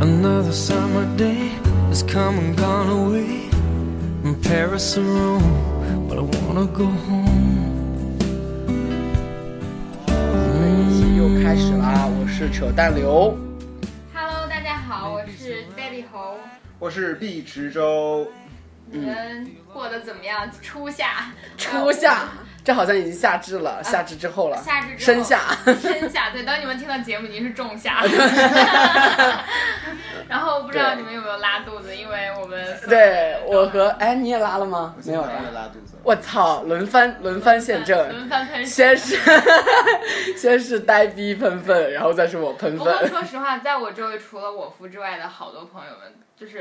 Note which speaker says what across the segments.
Speaker 1: Another summer day has come and gone away. In Paris or Rome, but I wanna go home.
Speaker 2: 这一期又开始啦！我是扯淡刘，
Speaker 3: Hello，大家好，我是 Daddy 猴。
Speaker 4: 我是毕池洲，
Speaker 3: 你们过得怎么样？初夏，啊
Speaker 2: 初夏，这好像已经夏至了，夏至之后了，
Speaker 3: 夏至之后
Speaker 2: 深夏，
Speaker 3: 深夏。 对，等你们听到节目已经是仲 夏。然后不知道你们有没有拉肚子，因为我们
Speaker 2: 对我和哎你也拉了吗？没有
Speaker 4: 我也
Speaker 2: 拉。
Speaker 4: 拉肚子。
Speaker 2: 我操，轮番轮番陷阵，
Speaker 3: 轮番喷屎。
Speaker 2: 先是 先是呆逼喷粪，然后再是我喷
Speaker 3: 不过
Speaker 2: 粪。
Speaker 3: 说实话，在我周围除了我夫之外的好多朋友们，就是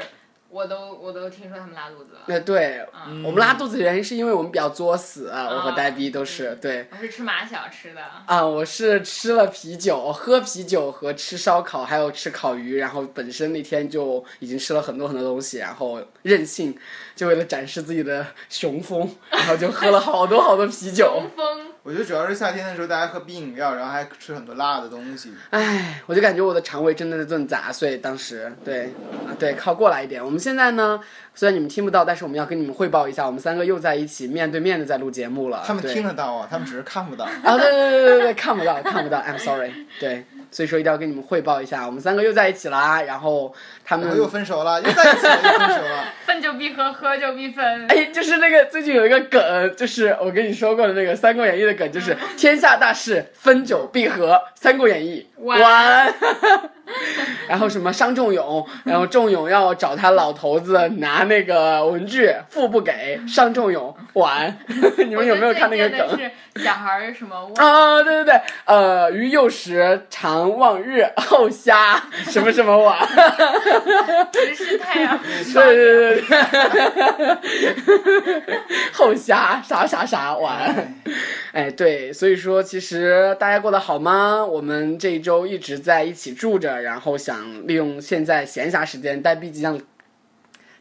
Speaker 3: 我都我都听说他们拉肚子了。
Speaker 2: 呃，对，
Speaker 3: 嗯
Speaker 2: 我们拉肚子的原因是因为我们比较作死，啊我
Speaker 3: 啊
Speaker 2: 和呆逼都是对。
Speaker 3: 我是吃马小吃的，
Speaker 2: 啊，我是吃了啤酒，喝啤酒和吃烧烤，还有吃烤鱼，然后本身那天就已经吃了很多很多东西，然后任性，就为了展示自己的雄风，然后就喝了好多好多啤酒
Speaker 3: 东。风
Speaker 4: 我觉得主要是夏天的时候，大家喝冰饮料，然后还吃很多辣的东西。
Speaker 2: 唉，我就感觉我的肠胃真的在顿砸，所以当时对，啊对，靠过来一点。我们现在呢，虽然你们听不到，但是我们要跟你们汇报一下，我们三个又在一起面对面的在录节目了。
Speaker 4: 他们
Speaker 2: 对
Speaker 4: 听得到啊，他们只是看不 到。
Speaker 2: 啊，对对对对对，看不到 看不到，I'm sorry。对，所以说一定要跟你们汇报一下，我们三个又在一起啦。然后他
Speaker 4: 然后又
Speaker 2: 们，
Speaker 4: 分手了，又在一起了，又分手了。
Speaker 3: 分就必喝，喝就必分。
Speaker 2: 哎，就是那个最近有一个梗，就是我跟你说过的那个《三国演义》的梗， 就是天下大事，分久必合，《三国演义》
Speaker 3: 完
Speaker 2: 完。 然后什么伤仲永，然后仲永要找他老头子拿那个文具，父不给，伤仲永完。 你们有没有看那个
Speaker 3: 我觉得
Speaker 2: 梗
Speaker 3: 最？贱的是小孩儿什么忘
Speaker 2: 啊，对对对，呃，于幼时常望日后瞎 什么什么晚，
Speaker 3: 直视太 阳。
Speaker 2: 对对对对， 后瞎啥啥啥晚，哎对，所以说其实大家过得好吗？我们这一周一直在一起住着，然后想利用现在闲暇时间，呆逼即将。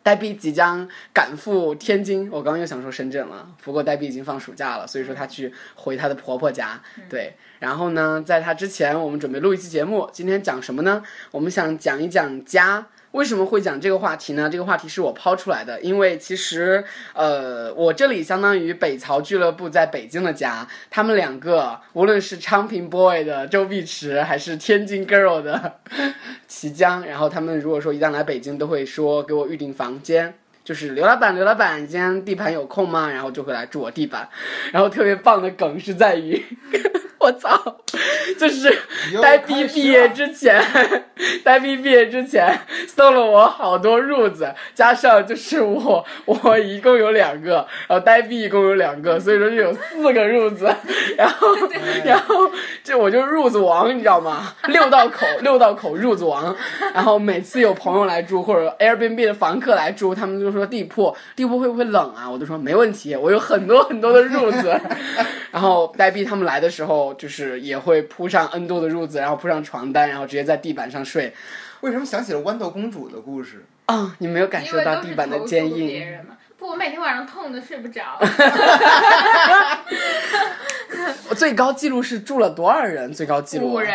Speaker 2: 呆逼即将赶赴天津，我刚刚又想说深圳了，不过呆逼已经放暑假了，所以说她去回她的婆婆家。对，然后呢，在她之前，我们准备录一期节目，今天讲什么呢？我们想讲一讲家。为什么会讲这个话题呢？这个话题是我抛出来的，因为其实，呃，我这里相当于北曹俱乐部在北京的家，他们两个，无论是昌平 boy 的周碧池，还是天津 girl 的 齐江，然后他们如果说一旦来北京，都会说给我预订房间，就是刘老板，刘老板，今天地盘有空吗？然后就会来住我地板，然后特别棒的梗是在于，我操，就是
Speaker 4: 又
Speaker 2: 呆
Speaker 4: 开
Speaker 2: 逼
Speaker 4: 始
Speaker 2: 毕业
Speaker 4: 了
Speaker 2: 之前，呆逼毕业之前送了我好多褥子，加上就是我我一共有两个，然后呆逼一共有两个，所以说就有四个褥子，然后然后这我就是褥子王，你知道吗？六道口 六道口褥子王，然后每次有朋友来住或者 Airbnb 的房客来住，他们就说地铺地铺会不会冷啊？我就说没问题，我有很多很多的褥子。 然后呆逼他们来的时候，就是也会铺上 N 多的褥子，然后铺上床单，然后直接在地板上睡。
Speaker 4: 为什么想起了豌豆公主的故事？
Speaker 2: 啊、你没有感受到地板的坚
Speaker 3: 因为都是投诉别
Speaker 2: 硬。
Speaker 3: 人嘛不，我每天晚上痛的睡不着。
Speaker 2: 我最高记录是住了多少人？最高记录
Speaker 3: 五。人，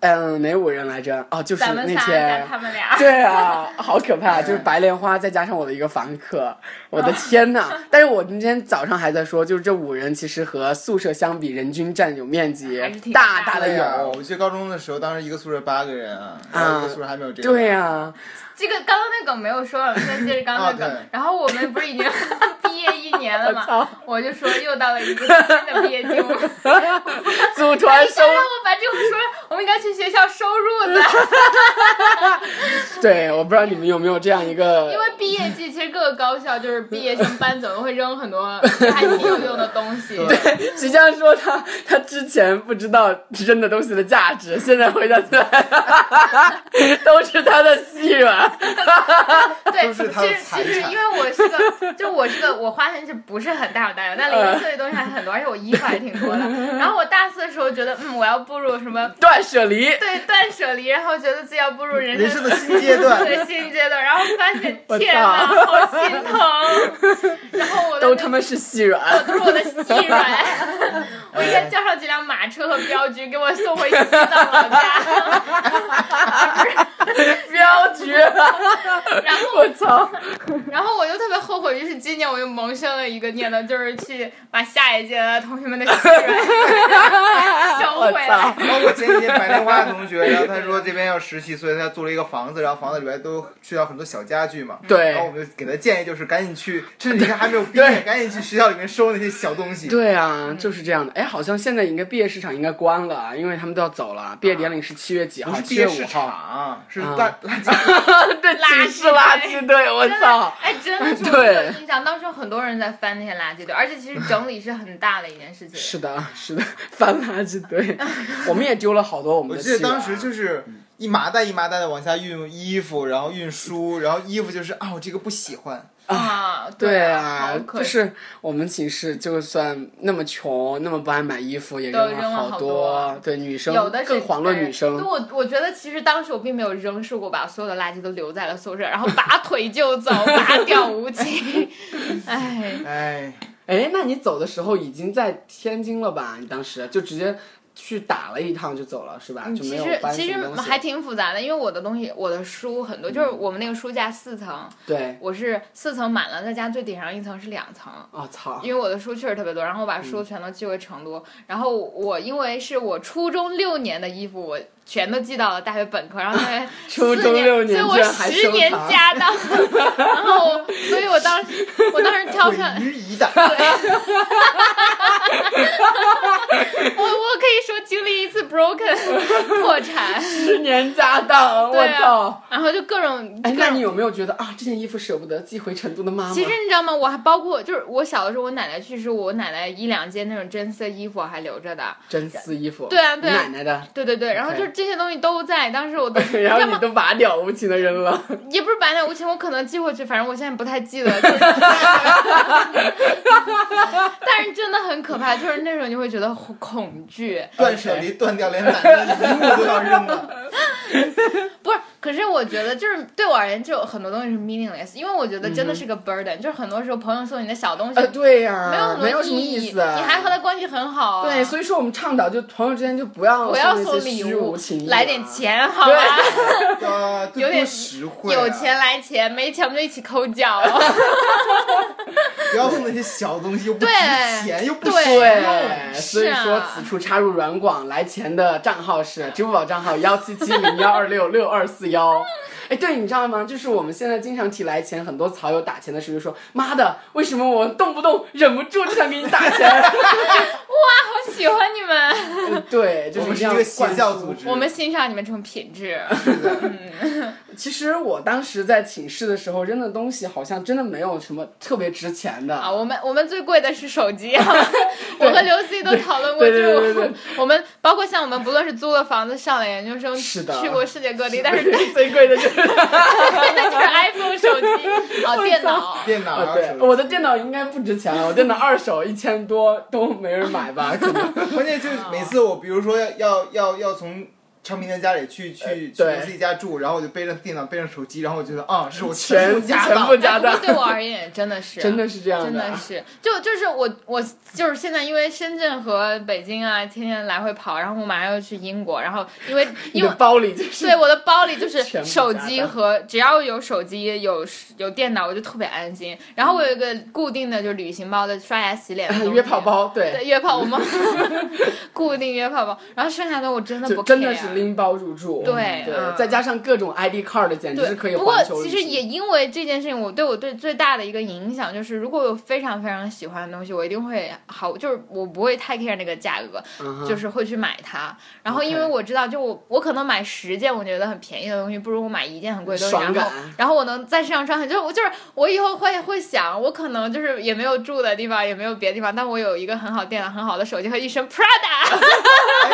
Speaker 2: 嗯，哪五人来着？哦，就是
Speaker 3: 咱
Speaker 2: 那
Speaker 3: 们
Speaker 2: 天。
Speaker 3: 仨加他们 俩。
Speaker 2: 对啊，好可怕！就是白莲花再加上我的一个房客，我的天呐！ 但是我今天早上还在说，就是这五人其实和宿舍相比，人均占有面积
Speaker 3: 还是挺
Speaker 2: 大
Speaker 3: 大
Speaker 2: 的
Speaker 4: 对呀，
Speaker 2: 有
Speaker 4: 我。记得高中的时候，当时一个宿舍八个人啊，然后一
Speaker 2: 啊
Speaker 4: 个宿舍还没有这个。
Speaker 2: 对啊呀、
Speaker 3: 这个刚刚那梗没有说了，我们再接着刚刚那
Speaker 4: 啊
Speaker 3: 梗
Speaker 4: 对。
Speaker 3: 然后我们不是已经 毕业一年了
Speaker 2: 哦我
Speaker 3: 嘛
Speaker 2: 操？
Speaker 3: 我就说又到了一个新的毕业季，我 们
Speaker 2: 组团收
Speaker 3: 谁让我把这个说，我们应该去学校收褥子，
Speaker 2: 对，我不知道你们有没有这样一个
Speaker 3: 因为毕业季其实各个高校就是毕业生班总会扔很多 还挺有用的东西。
Speaker 2: 即将说他他之前不知道扔的东西的价值，现在回想起来 都是他的细软。
Speaker 3: 对，
Speaker 4: 都是他的
Speaker 3: 其实
Speaker 4: 财
Speaker 3: 其实
Speaker 4: 产
Speaker 3: 因为我是个，就我是个我花钱是不是很大手大脚，但零零碎碎东西还很多，而且我衣服还挺多 的。然后我大四的时候觉得，嗯，我要步入什么
Speaker 2: 断舍离，
Speaker 3: 对断舍离，然后觉得自己要步入人
Speaker 4: 人
Speaker 3: 生
Speaker 4: 生的 新阶段，
Speaker 3: 对新阶段，然后发现
Speaker 2: 我操
Speaker 3: 天哪，好心 疼。然后我的
Speaker 2: 都他妈是细软。
Speaker 3: 都是我的细 软，我应该叫上几辆马车和 镖局给我送回西藏老家。
Speaker 2: 标
Speaker 4: 啊
Speaker 3: 然后我就特别后悔，于是今年我又萌生了一个念头，就是去把下一届的同学们的 血 软收
Speaker 2: 我
Speaker 3: 回来
Speaker 2: 操。！
Speaker 4: 包括前几天白莲花的同 学，然后他说这边要实习，所以他租了一个房子，然后房子里边都需要很多小家具嘛。
Speaker 2: 对
Speaker 4: 然后我们就给他建议就是赶紧去，趁你看还没有毕业，赶紧去学校里面收那些小东西。
Speaker 2: 对啊，就是这样的。哎，好像现在应该毕业市场应该关了啊，因为他们都要走了。毕业典礼是七月几
Speaker 4: 啊不
Speaker 2: 号？
Speaker 4: 是毕
Speaker 2: 七
Speaker 4: 业
Speaker 2: 月
Speaker 4: 市
Speaker 2: 五号。
Speaker 4: 场，嗯是
Speaker 2: 啊
Speaker 4: 大垃圾。
Speaker 2: 对，
Speaker 3: 垃圾
Speaker 2: 是垃
Speaker 3: 堆
Speaker 2: 圾堆，我
Speaker 3: 真的
Speaker 2: 操！，
Speaker 3: 哎，真的是我
Speaker 2: 对啊
Speaker 3: 有印象，当时很多人在翻那些垃圾堆，而且其实整理是很大的一件事情。
Speaker 2: 是的，是的， 翻垃圾堆，我们也丢了好多我们
Speaker 4: 我
Speaker 2: 的
Speaker 4: 记
Speaker 2: 戏啊。
Speaker 4: 得当时就是一麻袋一麻袋的往下运衣服，然后运书，然后衣服就是啊，我这个不喜欢。
Speaker 3: 啊，
Speaker 2: 对
Speaker 3: 啊，
Speaker 2: 啊
Speaker 3: 好，可
Speaker 2: 就
Speaker 3: 惜
Speaker 2: 是我们寝室就算那么穷，那么不爱买衣服，也
Speaker 3: 都
Speaker 2: 扔
Speaker 3: 扔了
Speaker 2: 好
Speaker 3: 好
Speaker 2: 多
Speaker 3: 多。
Speaker 2: 对女生
Speaker 3: 有的是呃
Speaker 2: 更遑论女
Speaker 3: 对
Speaker 2: 生，
Speaker 3: 我我觉得其实当时我并没有扔，是我把所有的垃圾都留在了宿舍，然后拔腿 就走，拔掉无 情。哎，
Speaker 4: 哎，
Speaker 2: 哎，那你走的时候已经在天津了吧？你当时就直接去打了一趟就走了是吧？就没
Speaker 3: 嗯其
Speaker 2: 有
Speaker 3: 实
Speaker 2: 搬
Speaker 3: 其
Speaker 2: 什
Speaker 3: 实
Speaker 2: 么东西。嗯
Speaker 3: 还挺复杂的，因为我的东西，我的书很多，就是我们那个书架四层，
Speaker 2: 对，
Speaker 3: 我是四层满了，再加最顶上一层是两层。
Speaker 2: 哦操，
Speaker 3: 因为我的书确实特别多，然后我把书
Speaker 2: 嗯
Speaker 3: 全都寄回成都，然后我因为是我初中六年的衣服，我全都寄到了大学本科，然后大学
Speaker 2: 初
Speaker 3: 四
Speaker 2: 中六
Speaker 3: 所以
Speaker 2: 年居
Speaker 3: 我
Speaker 2: 然还
Speaker 3: 十
Speaker 2: 收
Speaker 3: 年
Speaker 2: 藏
Speaker 3: 家当， 然后所以我当时我当时挑
Speaker 4: 毁
Speaker 3: 选，
Speaker 4: 于一旦。
Speaker 3: 我我可以说经历一次 broken 破产，
Speaker 2: 十年家当，我
Speaker 3: 对啊
Speaker 2: 操！，
Speaker 3: 然后就各种
Speaker 2: 哎，
Speaker 3: 各
Speaker 2: 那
Speaker 3: 种
Speaker 2: 你有没有觉得啊，这件衣服舍不得寄回成都的妈妈？
Speaker 3: 其实你知道吗？我还包括就是我小的时候，我奶奶去世，我奶奶一两件那种真丝衣服我还留着的。
Speaker 2: 真丝衣服，
Speaker 3: 对啊对啊
Speaker 2: 奶奶的，
Speaker 3: 对对对，然后就是这些东西都在，当时我都
Speaker 2: 然
Speaker 3: 要
Speaker 2: 后
Speaker 3: 么
Speaker 2: 你都拔掉，无情的扔了。
Speaker 3: 也不是白奶无情，我可能寄回去，反正我现在不太记得。就是 但是真的很可怕，就是那时候你会觉得恐惧。
Speaker 4: 断舍离断掉，连奶奶的礼物都要 扔了。
Speaker 3: 不是，可是我觉得就是对我而言，就很多东西是 meaningless，因为我觉得真的是个 burden，、就是很多时候朋友送你的小东西。
Speaker 2: 嗯呃，对呀、
Speaker 3: 没有很多
Speaker 2: 没有什么
Speaker 3: 意义
Speaker 2: 思啊。
Speaker 3: 你还和他关系很好、啊。
Speaker 2: 对，所以说我们倡导就朋友之间就不要
Speaker 3: 不要
Speaker 2: 送
Speaker 3: 送
Speaker 2: 那些
Speaker 3: 礼
Speaker 2: 虚
Speaker 3: 物
Speaker 2: 无情，谊
Speaker 3: 来
Speaker 2: 啊
Speaker 3: 点。钱好吗？
Speaker 4: 啊，对
Speaker 3: 有点
Speaker 4: 多实惠、啊。
Speaker 3: 有钱来钱，没钱我们就一起抠脚。哦
Speaker 4: 不要送那些小东西，又不值
Speaker 3: 对
Speaker 4: 钱，又不实
Speaker 3: 对
Speaker 4: 用。
Speaker 2: 对，所以说此处插入软广，来钱的账号是支付宝账号幺七七零幺二六六二四幺。 哎，对，你知道吗？就是我们现在经常提来钱，很多草友打钱的时候就说：“妈的，为什么我动不动忍不住就想给你打钱
Speaker 3: 好喜欢你们，？”
Speaker 2: 对，就
Speaker 4: 我们
Speaker 2: 是
Speaker 4: 是
Speaker 2: 这
Speaker 4: 一
Speaker 2: 样
Speaker 4: 个邪
Speaker 2: 灌
Speaker 4: 教
Speaker 2: 输
Speaker 4: 组织，
Speaker 3: 我们欣赏你们这种品质。
Speaker 2: 其实我当时在寝室的时候扔的东西，好像真的没有什么特别值钱的
Speaker 3: 啊，我们我们最贵的是手机，好吧我和刘思怡都讨论过
Speaker 2: 对
Speaker 3: 这
Speaker 2: 对
Speaker 3: 种。
Speaker 2: 对对
Speaker 3: 我们包括像我们，不论是租了房子、上了研究生，
Speaker 2: 是的
Speaker 3: 去过世界各地，但是
Speaker 2: 最贵的 就是
Speaker 3: 那就是 iPhone 手机啊，电脑。
Speaker 4: 电脑
Speaker 2: 啊，
Speaker 4: 啊
Speaker 2: 对，
Speaker 4: 什么
Speaker 2: 我的电脑应该不值钱了，我电脑二手一千多都没人买吧？可能
Speaker 4: 的。关键就是每次我，比如说要要要要从。昌平的家里去去去
Speaker 2: 呃对
Speaker 4: 自己家住，然后我就背着电脑背着手机，然后我觉得啊，是我
Speaker 2: 全
Speaker 4: 家
Speaker 2: 全部加
Speaker 3: 哎不
Speaker 4: 当。
Speaker 3: 过
Speaker 2: 大，
Speaker 3: 对我而言，真的是
Speaker 2: 真的是这样
Speaker 3: 真
Speaker 2: 的
Speaker 3: 的
Speaker 2: 啊。
Speaker 3: 是，就就是我我就是现在，因为深圳和北京啊，天天来回跑，然后我马上要去英国，然后 因为
Speaker 2: 你
Speaker 3: 因为
Speaker 2: 的包里就是
Speaker 3: 对我的 包里就是
Speaker 2: 全部
Speaker 3: 手
Speaker 2: 夹
Speaker 3: 机
Speaker 2: 带
Speaker 3: 和只要有手机有有电脑，我就特别安心。然后我有一个固定的就是旅行包的刷牙洗脸的东西
Speaker 2: 约炮。包，对，
Speaker 3: 对约炮，我们 固定约炮包，然后剩下的我真的不
Speaker 2: 就真的
Speaker 3: care
Speaker 2: 是拎包入住，
Speaker 3: 对嗯
Speaker 2: 对，再加上各种 ID card，简直
Speaker 3: 对，
Speaker 2: 是可以
Speaker 3: 不过
Speaker 2: 环球旅
Speaker 3: 其
Speaker 2: 行。
Speaker 3: 实也因为这件事情，我对我对最大的一个影响就是，如果有非常非常喜欢的东西，我一定会好，就是我不会太 care 那个价格，
Speaker 2: 嗯哼
Speaker 3: 就是会去买它。然后
Speaker 2: OK
Speaker 3: 因为我知道，就我我可能买十件我觉得很便宜的东西，不如我买一件很贵的东西，
Speaker 2: 爽
Speaker 3: 然后
Speaker 2: 感
Speaker 3: 然后我能在身上穿很，就是我就是我以后会会想，我可能就是也没有住的地方，也没有别的地方，但我有一个很好的电脑、很好的手机和一身 Prada。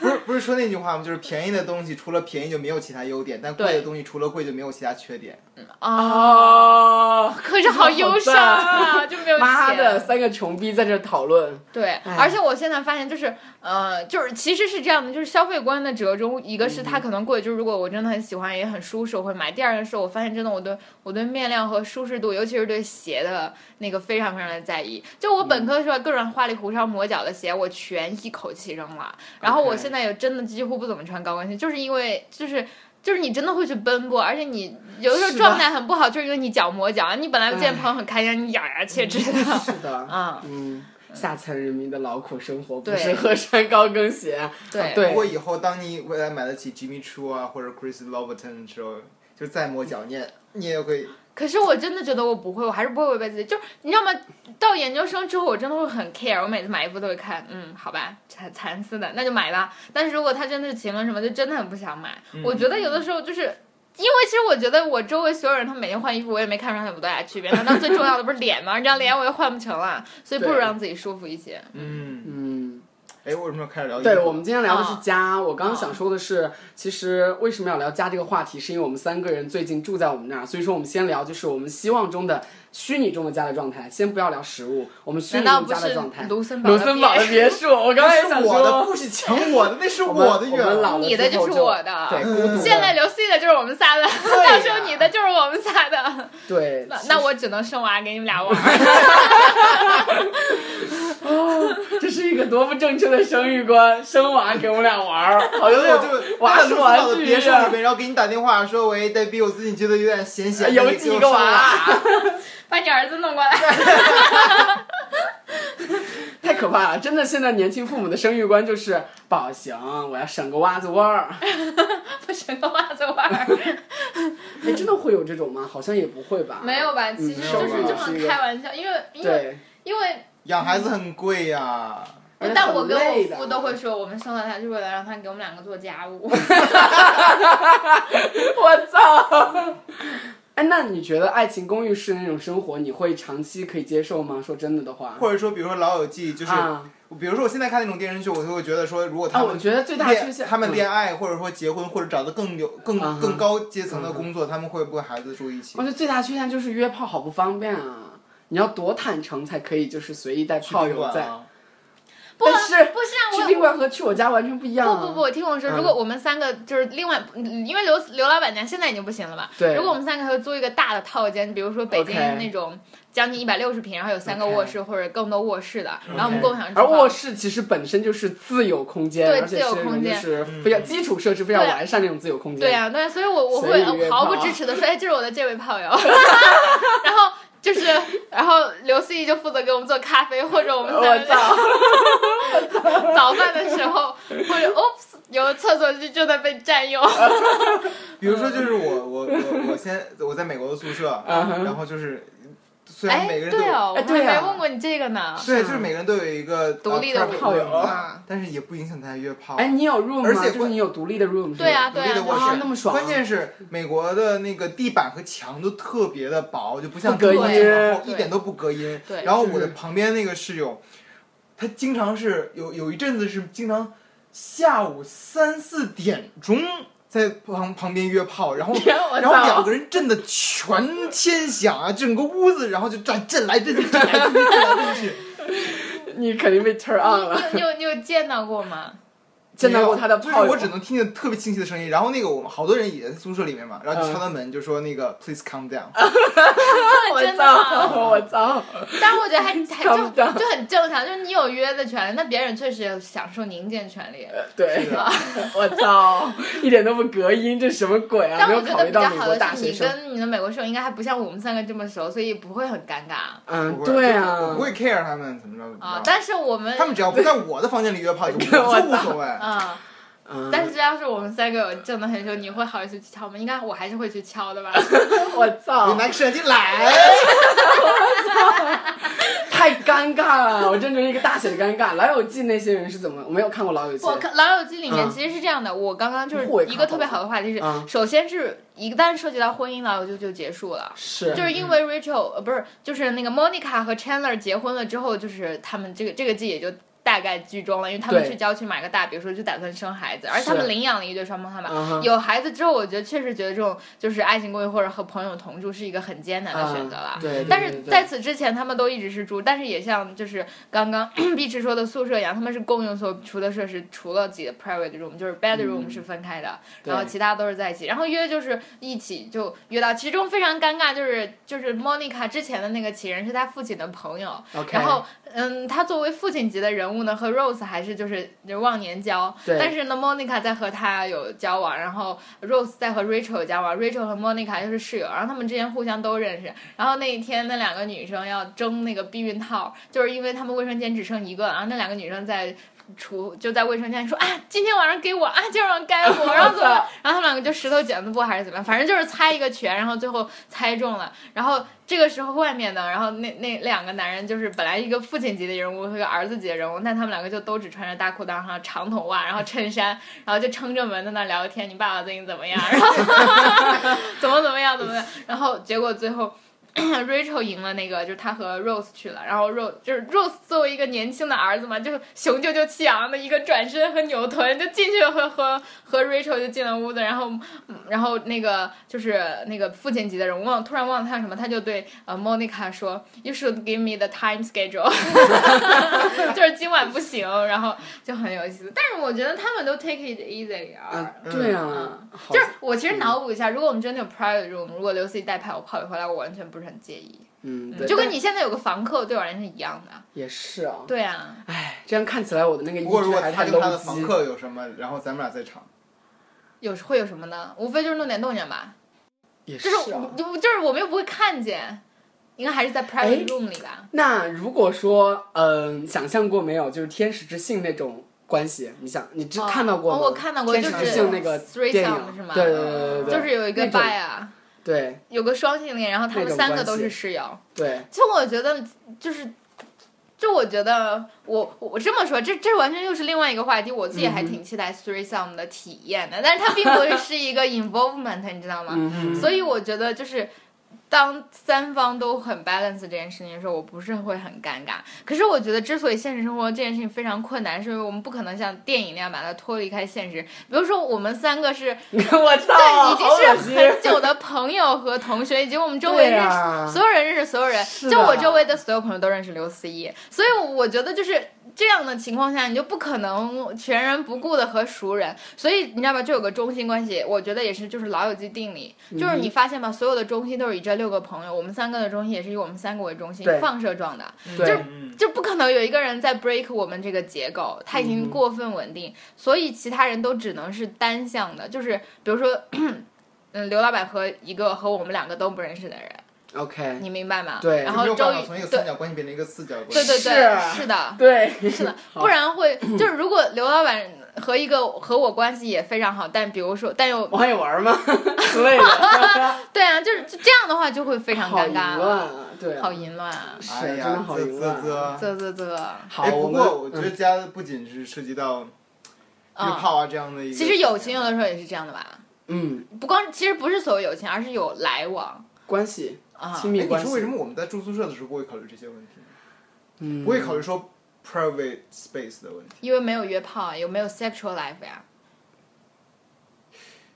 Speaker 4: 不是不是说那句话吗？就是便宜的东西除了便宜就没有其他优点，但贵的东西除了贵就没有其他缺点。
Speaker 2: 哦，
Speaker 3: 可是好忧伤啊，就没有钱。
Speaker 2: 妈的，三个穷逼在这讨 论，
Speaker 3: 对，
Speaker 2: 哎
Speaker 3: 而且我现在发现就是，呃，就是其实是这样的，就是消费观的折中，一个是
Speaker 2: 嗯
Speaker 3: 它可能贵，就是如果我真的很喜欢也很舒适，我会买；第二个是我发现真的我对我对面料和舒适度，尤其是对鞋的那个非常非常的在意。就我
Speaker 2: 嗯
Speaker 3: 本科的时候各种花里胡哨磨脚的鞋，我全一口气扔了，然后我
Speaker 2: OK
Speaker 3: 现在也真的几乎不怎么穿高跟鞋，就是因为就是。就是你真的会去奔波，而且你有的时候
Speaker 2: 是的哎
Speaker 3: 状态很不好，就是因为你角磨脚，啊你本来见朋友很开心，你咬牙切 齿的。
Speaker 2: 是的，
Speaker 3: 啊，
Speaker 2: 嗯，下层人民的劳苦生活不
Speaker 3: 对
Speaker 2: 适合穿高跟鞋，
Speaker 3: 对
Speaker 2: 对
Speaker 4: 不过以后当你未来买得起 Jimmy Choo 啊或者 Chris Louboutin 之后，就再磨脚，你也你也会
Speaker 3: 可是我真的觉得我不会，我还是不会违背自己。就是你知道吗？到研究生之后，我真的会很 care，我每次买衣服都会看，嗯，好吧，蚕蚕丝的那就买吧。但是如果它真的是晴纶什么，就真的很不想买。
Speaker 2: 嗯
Speaker 3: 我觉得有的时候就是。因为其实我觉得我周围所有人，他们每天换衣服，我也没看出他们有多大区别。难道最重要的不是脸吗？这张脸我又换不成了，所以不如
Speaker 2: 对
Speaker 3: 让自己舒服一些。
Speaker 4: 嗯，
Speaker 2: 嗯。
Speaker 4: 哎，为什么要开始聊衣服？
Speaker 2: 对，我们今天聊的是
Speaker 3: 啊
Speaker 2: 家。我刚刚想说的是，其实为什么要聊家这个话题，是因为我们三个人最近住在我们那儿，所以说我们先聊就是我们希望中的虚拟中的家的状态，先不要聊实物，我们虚拟
Speaker 3: 难道
Speaker 2: 中
Speaker 3: 不
Speaker 2: 家
Speaker 3: 是
Speaker 2: 的状态。
Speaker 3: 卢森堡
Speaker 2: 卢森堡的 别墅，我刚才也
Speaker 4: 那
Speaker 2: 想
Speaker 4: 是我的，
Speaker 2: 说，
Speaker 4: 不许抢我的，那是
Speaker 2: 我们
Speaker 4: 的
Speaker 2: 我们
Speaker 4: 愿
Speaker 2: 老
Speaker 4: 望。
Speaker 2: 了
Speaker 3: 你的
Speaker 2: 之
Speaker 3: 就
Speaker 2: 后
Speaker 3: 是
Speaker 2: 就
Speaker 3: 我的
Speaker 2: 对，孤独的。
Speaker 3: 现在刘 C 的就是我们仨的，
Speaker 4: 呀
Speaker 3: 到时候你的就是我们仨的。
Speaker 2: 对，
Speaker 3: 那
Speaker 2: 其
Speaker 3: 那
Speaker 2: 实
Speaker 3: 我只能生娃给你们俩玩儿。
Speaker 2: 这是一个多不正确的生育观，生娃给我们俩玩儿，好像
Speaker 4: 对，
Speaker 2: 那
Speaker 4: 就
Speaker 2: 种
Speaker 4: 我
Speaker 2: 娃是玩
Speaker 4: 的
Speaker 2: 具
Speaker 4: 别
Speaker 2: 一
Speaker 4: 墅
Speaker 2: 样
Speaker 4: 里面，然后给你打电话说：“喂，戴比，我最近觉得有点闲闲的，
Speaker 2: 呃有
Speaker 4: 你给
Speaker 2: 几
Speaker 4: 我啊
Speaker 2: 个
Speaker 4: 生
Speaker 2: 娃
Speaker 4: 娃？
Speaker 3: 把你儿子弄过来。
Speaker 2: 太可怕了！真的，现在年轻父母的生育观就是不好行，我要省个袜子弯儿。
Speaker 3: 不行，跟袜子玩儿。
Speaker 2: 哎，真的会有这种吗？好像也不会吧。
Speaker 3: 没有
Speaker 2: 嗯
Speaker 3: 吧？其实就是这么开玩笑，因为因为
Speaker 2: 对，
Speaker 3: 因为，
Speaker 4: 养孩子很贵呀、
Speaker 2: 而且
Speaker 3: 但
Speaker 2: 很
Speaker 3: 我跟我
Speaker 2: 累的
Speaker 3: 夫都会说，我们生了他就是为了让他给我们两个做家 务。
Speaker 2: 我操！哎，那你觉得《爱情公寓》式那种生活，你会长期可以接受吗？说真的的话，
Speaker 4: 或者说，比如说《老友记》，就是、
Speaker 2: 啊
Speaker 4: 比如说我现在看那种电视剧，我就会觉得说，如果他
Speaker 2: 啊，
Speaker 4: 们、
Speaker 2: 我觉得最大的缺
Speaker 4: 恋
Speaker 2: 陷，
Speaker 4: 他们
Speaker 2: 嗯
Speaker 4: 恋爱，或者说结婚，或者找的更有更、
Speaker 2: 啊哈
Speaker 4: 更高阶层的工作，他们会不会孩子住一起
Speaker 2: 我？觉得最大缺陷就是约炮好不方便啊！你要多坦诚才可以，就是随意带
Speaker 4: 去
Speaker 2: 炮
Speaker 4: 宾
Speaker 2: 友
Speaker 4: 馆
Speaker 2: 在。
Speaker 4: 啊，
Speaker 3: 不
Speaker 2: 但是
Speaker 3: 不是啊，
Speaker 2: 去
Speaker 3: 我
Speaker 2: 宾馆和去我家完全不一样、啊。
Speaker 3: 不不不，，我听我说，
Speaker 2: 嗯
Speaker 3: 如果我们三个就是另外，嗯因为刘刘老板娘现在已经不行了嘛。
Speaker 2: 对
Speaker 3: 如果我们三个还会租一个大的套间，比如说北京
Speaker 2: OK
Speaker 3: 那种将近一百六十平，然后有三个
Speaker 2: OK
Speaker 3: 卧室或者更多卧室的，然啊后我们共享厨
Speaker 2: 而
Speaker 3: 房。
Speaker 2: 卧室其实本身就是自有空间，
Speaker 3: 对
Speaker 2: 而且
Speaker 3: 自由
Speaker 2: 是
Speaker 3: 空间
Speaker 2: 就是非
Speaker 4: 嗯
Speaker 2: 常基础设施非常
Speaker 3: 对啊
Speaker 2: 完善那种自由空间。
Speaker 3: 对啊呀、对，所以我我
Speaker 2: 所以约
Speaker 3: 会毫不
Speaker 2: 炮
Speaker 3: 支持的说，哎，这是我的这位炮友， 然后就是，然后刘思怡就负责给我们做咖啡，或者我们
Speaker 2: 我
Speaker 3: 在
Speaker 2: 操！
Speaker 3: 早饭的时候，或者 oops，有的厕所就正在被占用，
Speaker 4: 比如说
Speaker 2: 嗯
Speaker 4: 就是我我我我先我在美国的宿舍，
Speaker 2: 啊哈
Speaker 4: 然后就是虽然
Speaker 3: 哎
Speaker 4: 每个，人都有
Speaker 3: 对哦，我
Speaker 2: 哎
Speaker 3: 还
Speaker 2: 对啊
Speaker 3: 没问过你这个呢，
Speaker 4: 对，就是每个人都有一个
Speaker 3: 啊独立的
Speaker 4: 呃
Speaker 2: 炮友
Speaker 4: 啊但是也不影响大家约炮。
Speaker 2: 哎，你有 room 吗？
Speaker 4: 而且
Speaker 2: 就是
Speaker 4: 关
Speaker 2: 你有独立的 room 是吧
Speaker 3: 对啊，
Speaker 4: 独
Speaker 3: 对
Speaker 4: 立
Speaker 3: 啊，
Speaker 4: 的卧
Speaker 3: 对
Speaker 4: 室、
Speaker 2: 哇
Speaker 3: 啊
Speaker 2: 那么爽
Speaker 4: 关键是美国的那个地板和墙都特别的薄，就不像
Speaker 2: 不隔
Speaker 4: 中国
Speaker 3: 音
Speaker 4: 这么厚
Speaker 3: 对
Speaker 4: 一点都不隔音。
Speaker 3: 对
Speaker 4: 然后我
Speaker 2: 是
Speaker 4: 的旁边那个室友，他经常是有有一阵子是经常下午三四点钟在旁旁边约炮，然后
Speaker 2: 我
Speaker 4: 然后
Speaker 2: 操
Speaker 4: 两个人震的全天响啊，整个屋子然后就震震来震去，震来震去，震来震去。
Speaker 2: 你肯定被 turn on 了。
Speaker 3: 你有你有见到过吗？
Speaker 2: 见到过他的炮
Speaker 4: 就是
Speaker 2: 友，
Speaker 4: 我只能听见特别清晰的声音。然后那个我们好多人也在宿舍里面嘛，然
Speaker 2: 嗯
Speaker 4: 后就敲他门就说那个 please calm down。
Speaker 2: 啊我
Speaker 3: 真的吗
Speaker 2: 操，我操，
Speaker 3: 但是我觉得还还就
Speaker 2: Calm down
Speaker 3: 就很正常，就是你有约的权利，那别人确实有享受宁静的权利。
Speaker 2: 对
Speaker 4: 是的，
Speaker 2: 我操，一点都不隔音，这什么鬼啊？
Speaker 3: 但
Speaker 2: 没有
Speaker 3: 我觉
Speaker 2: 考
Speaker 3: 得
Speaker 2: 虑
Speaker 3: 比较
Speaker 2: 到美
Speaker 3: 好
Speaker 2: 国大
Speaker 3: 的是，
Speaker 2: 学
Speaker 3: 你
Speaker 2: 生。
Speaker 3: 跟你的美国室友应该还不像我们三个这么熟，所以不会很尴尬
Speaker 2: 嗯，
Speaker 4: 不会
Speaker 2: 对
Speaker 4: 我
Speaker 2: 啊
Speaker 4: 不，会 care 他们怎么着怎么
Speaker 2: 嗯
Speaker 3: 啊。
Speaker 4: 着。
Speaker 3: 但是我们
Speaker 4: 他们只要不在我的房间里约炮， 就我就无所谓。
Speaker 3: 啊，
Speaker 2: 嗯
Speaker 3: 但是要是我们三个真的很熟，你会好意思去敲吗？应该我还是会去 敲的吧。
Speaker 2: 我
Speaker 4: 你
Speaker 2: 操，
Speaker 4: 拿个摄像机 来，
Speaker 2: 太尴尬了，我真觉得一个大写的尴尬。老友记那些人是怎么？我没有看过老友记，
Speaker 3: 我看《老友记》里面
Speaker 2: 嗯
Speaker 3: 其实是这样的，我刚刚就是
Speaker 2: 互为
Speaker 3: 一
Speaker 2: 靠
Speaker 3: 个
Speaker 2: 拢
Speaker 3: 特别好的话题是
Speaker 2: 嗯，
Speaker 3: 首先是一旦涉及到婚姻，老友记就结束了。
Speaker 2: 是
Speaker 3: 就是因为 Rachel 呃不是，就是那个 Monica 和 Chandler 结婚了之后，就是他们这个这个季也就大概剧终了，因为他们
Speaker 2: 对
Speaker 3: 去郊区买个大别墅，就打算生孩子，而且他
Speaker 2: 是
Speaker 3: 们领养了一对双胞胎嘛。
Speaker 2: 嗯哼
Speaker 3: 有孩子之后，我觉得确实觉得这种就是爱情公寓或者和朋友同住是一个很艰难的选择了
Speaker 2: 嗯。对，对
Speaker 3: 但
Speaker 2: 对
Speaker 3: 是
Speaker 2: 对
Speaker 3: 在此之前，他们都一直是住，但是也像就是刚刚 碧池说的宿舍一样，他们是共用所有除的设施，除了自己的 private room，就是 bedroom 是分开的，然后
Speaker 2: 嗯对
Speaker 3: 其他都是在一起。然后约就是一起就约到，其中非常尴尬就是就是 Monica 之前的那个情人是他父亲的朋友，
Speaker 2: OK，
Speaker 3: 然后嗯，他作为父亲级的人物呢，和 Rose 还是就是忘年交。
Speaker 2: 对
Speaker 3: 但是呢，Monica 在和他有交往，然后 Rose 在和 Rachel 有交往，Rachel 和 Monica 又是室友，然后他们之间互相都认识。然后那一天，那两个女生要争那个避孕套，就是因为他们卫生间只剩一个，然后那两个女生在。厨就在卫生间说啊，今天晚上给我啊，今晚上该我，然后怎么办？然后他们两个就石头剪子布还是怎么样，反正就是猜一个拳，然后最后猜中了。然后这个时候外面呢，然后那那两个男人就是本来一个父亲级的人物和一个儿子级的人物，但他们两个就都只穿着大裤裆哈、长头发，然后衬衫，然后就撑着门在那聊天，你爸爸最近怎么样？ 然后怎么怎么样怎么样？然后结果最后。Rachel 赢了那个，就是他和 Rose 去了，然后 Rose 就是 Rose 作为一个年轻的儿子嘛，就是雄赳赳气昂的一个转身和扭臀就进去了和和和 Rachel 就进了屋子，然后嗯然后那个就是那个父亲级的人物，忘了突然忘了他什么，他就对呃 Monica 说，You should give me the time schedule，就是今晚不行，然后就很有意思。但是我觉得他们都 take it easy 啊
Speaker 2: 啊，，对啊，好
Speaker 3: 就是我其实脑补一下，如果我们真的有 private room，如果刘思怡带派我炮友回来，我完全不是很介意，
Speaker 2: 嗯，对
Speaker 3: 就跟
Speaker 2: 但
Speaker 3: 你现在有个房客对我而言是一样的。
Speaker 2: 也是啊，
Speaker 3: 对啊，
Speaker 2: 哎，这样看起来我的那个依
Speaker 4: 不过如
Speaker 2: 据
Speaker 4: 果
Speaker 2: 还
Speaker 4: 他
Speaker 2: 太
Speaker 4: 跟他的
Speaker 2: low
Speaker 4: 房
Speaker 2: 级，
Speaker 4: 客有什么，然后咱们俩在场，
Speaker 3: 有会有什么呢？无非就是弄点动静吧，
Speaker 2: 也
Speaker 3: 就是是
Speaker 2: 啊。哎
Speaker 3: 就就是我们又不会看见，应该还是在 private room 里吧。
Speaker 2: 那如果说，嗯、想象过没有，就是天使之性那种关系，你想，你只
Speaker 3: 哦
Speaker 2: 看到过
Speaker 3: 哦
Speaker 2: 吗？
Speaker 3: 我看到过
Speaker 2: 天
Speaker 3: 就
Speaker 2: 使之
Speaker 3: 是
Speaker 2: 性那个
Speaker 3: threesome
Speaker 2: 电影
Speaker 3: 是吗
Speaker 2: 对对对对对，
Speaker 3: 就是有一个
Speaker 2: 那种
Speaker 3: by 啊，
Speaker 2: 对
Speaker 3: 有个双性恋，然后他
Speaker 2: 那
Speaker 3: 们
Speaker 2: 种
Speaker 3: 三个
Speaker 2: 关
Speaker 3: 都
Speaker 2: 系
Speaker 3: 是室友。
Speaker 2: 对，
Speaker 3: 就我觉得就是。就我觉得我，我我这么说，这这完全又是另外一个话题。我自己
Speaker 2: 嗯
Speaker 3: 还挺期待 threesome 的体验的，但是它并不是一个 involvement，你知道吗？
Speaker 2: 嗯
Speaker 3: 所以我觉得就是。当三方都很 balance 这件事情的时候，我不是会很尴尬。可是我觉得，之所以现实生活这件事情非常困难，是因为我们不可能像电影那样把它脱离开现实。比如说，我们三个是
Speaker 2: 哼， 我操，
Speaker 3: 对，已
Speaker 2: 好恶
Speaker 3: 经
Speaker 2: 心
Speaker 3: 是很久的朋友和同学，以及我们周围
Speaker 2: 对
Speaker 3: 认识、
Speaker 2: 啊
Speaker 3: 所有人认识所有人，
Speaker 2: 是
Speaker 3: 就我
Speaker 2: 的
Speaker 3: 周围的所有朋友都认识刘思怡，所以我觉得就是这样的情况下，你就不可能全然不顾的和熟人，所以你知道吧，这有个中心关系，我觉得也是就是老友记定理，
Speaker 2: 嗯
Speaker 3: 就是你发现吧，所有的中心都是以这六个朋友，我们三个的中心也是以我们三个为中心
Speaker 2: 对，
Speaker 3: 放射状的，
Speaker 2: 对，
Speaker 4: 嗯，
Speaker 3: 就不可能有一个人在 break 我们这个结构，他已经过分稳定，所以其他人都只能是单向的，就是比如说， 嗯，刘老板和一个和我们两个都不认识的人，
Speaker 2: OK，
Speaker 3: 你明白吗？
Speaker 2: 对
Speaker 3: 然
Speaker 4: 就没
Speaker 3: 后
Speaker 4: 有
Speaker 3: 周
Speaker 4: 办
Speaker 3: 瑜
Speaker 4: 法从一个
Speaker 3: 对
Speaker 4: 三角关系变成一个四角关啊系。
Speaker 3: 对对对，
Speaker 2: 是
Speaker 3: 是的，
Speaker 2: 对，
Speaker 3: 是的，
Speaker 2: 好
Speaker 3: 不然会就是如果刘老板和一个和我关系也非常好，但比如说但又
Speaker 2: 网友玩吗 之 类的，
Speaker 3: 对啊，就是就这样的话就会非常
Speaker 2: 好
Speaker 3: 尴
Speaker 2: 淫
Speaker 3: 尬，
Speaker 2: 乱啊，对啊，
Speaker 3: 好淫乱啊，
Speaker 2: 是
Speaker 4: 哎
Speaker 2: 真的
Speaker 4: 呀，
Speaker 2: 好
Speaker 4: 啧
Speaker 2: 淫
Speaker 4: 啧
Speaker 2: 乱。
Speaker 4: 啧。
Speaker 3: 啧啧啧，啊、
Speaker 2: 好，
Speaker 4: 哎，不过
Speaker 2: 们嗯
Speaker 4: 我觉得家不仅是涉及到约炮啊这样的一个，
Speaker 3: 其实友情有的时候也是这样的吧，
Speaker 2: 嗯，
Speaker 3: 不光其实不是所谓友情，而是有来往
Speaker 2: 关系
Speaker 3: 啊。
Speaker 2: 亲
Speaker 4: 哎
Speaker 2: 密
Speaker 4: 你
Speaker 2: 关系
Speaker 4: 说为什么我们在住宿舍的时候不会考虑这些问题？
Speaker 2: 嗯
Speaker 4: 不会考虑说 private space 的问题。
Speaker 3: 因为没有约炮啊，有没有 sexual life 呀、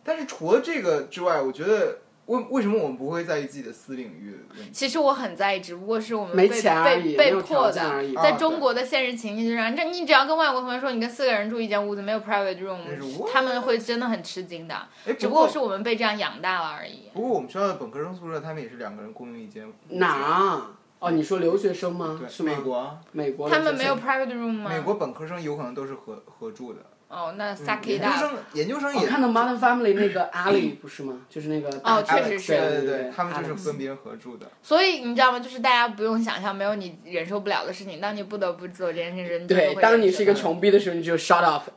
Speaker 4: 但是除了这个之外，我觉得为为什么我们不会在意自己的私领域的问题？
Speaker 3: 其实我很在意，只不过是我们
Speaker 2: 没
Speaker 3: 被
Speaker 2: 钱而
Speaker 3: 被
Speaker 2: 已，没
Speaker 3: 被
Speaker 2: 有条
Speaker 3: 迫
Speaker 2: 件而
Speaker 3: 的。
Speaker 2: 已。
Speaker 4: 啊
Speaker 3: 在中国的现实情境之上，这你只要跟外国同学说你跟四个人住一间屋子，没有 private
Speaker 4: 但是
Speaker 3: room，
Speaker 4: 我
Speaker 3: 他们会真的很吃惊的。
Speaker 4: 哎，
Speaker 3: 只不
Speaker 4: 过
Speaker 3: 过是我们被这样养大了而已。
Speaker 4: 不过我们学校的本科生宿舍，他们也是两个人共用一间屋子。
Speaker 2: 哪儿啊？哦，你说留学生吗？是
Speaker 4: 对，
Speaker 2: 吗
Speaker 4: 美，国啊，
Speaker 2: 美国
Speaker 3: 他们
Speaker 2: 留
Speaker 3: 没
Speaker 2: 学
Speaker 3: 有
Speaker 2: 生
Speaker 3: private room 吗？
Speaker 4: 美国本科生有可能都是合合住的，
Speaker 3: 哦，那
Speaker 2: 嗯
Speaker 3: suck
Speaker 4: 研
Speaker 3: it
Speaker 4: 究
Speaker 3: up。
Speaker 4: 生研究生
Speaker 2: 我
Speaker 4: 也
Speaker 2: 哦看到《Modern Family》那个 Ali 不是吗？就是那个大
Speaker 3: 哦
Speaker 2: 姐
Speaker 3: 确实是
Speaker 4: 嗯对
Speaker 2: 对
Speaker 4: 对，他们就是
Speaker 2: Alex
Speaker 4: 跟别人合住的。
Speaker 3: 所以你知道吗？就是大家不用想象没有你忍受不了的事情，当你不得不做这件事情，
Speaker 2: 对，当你是一个穷逼的时候，你就 shut up。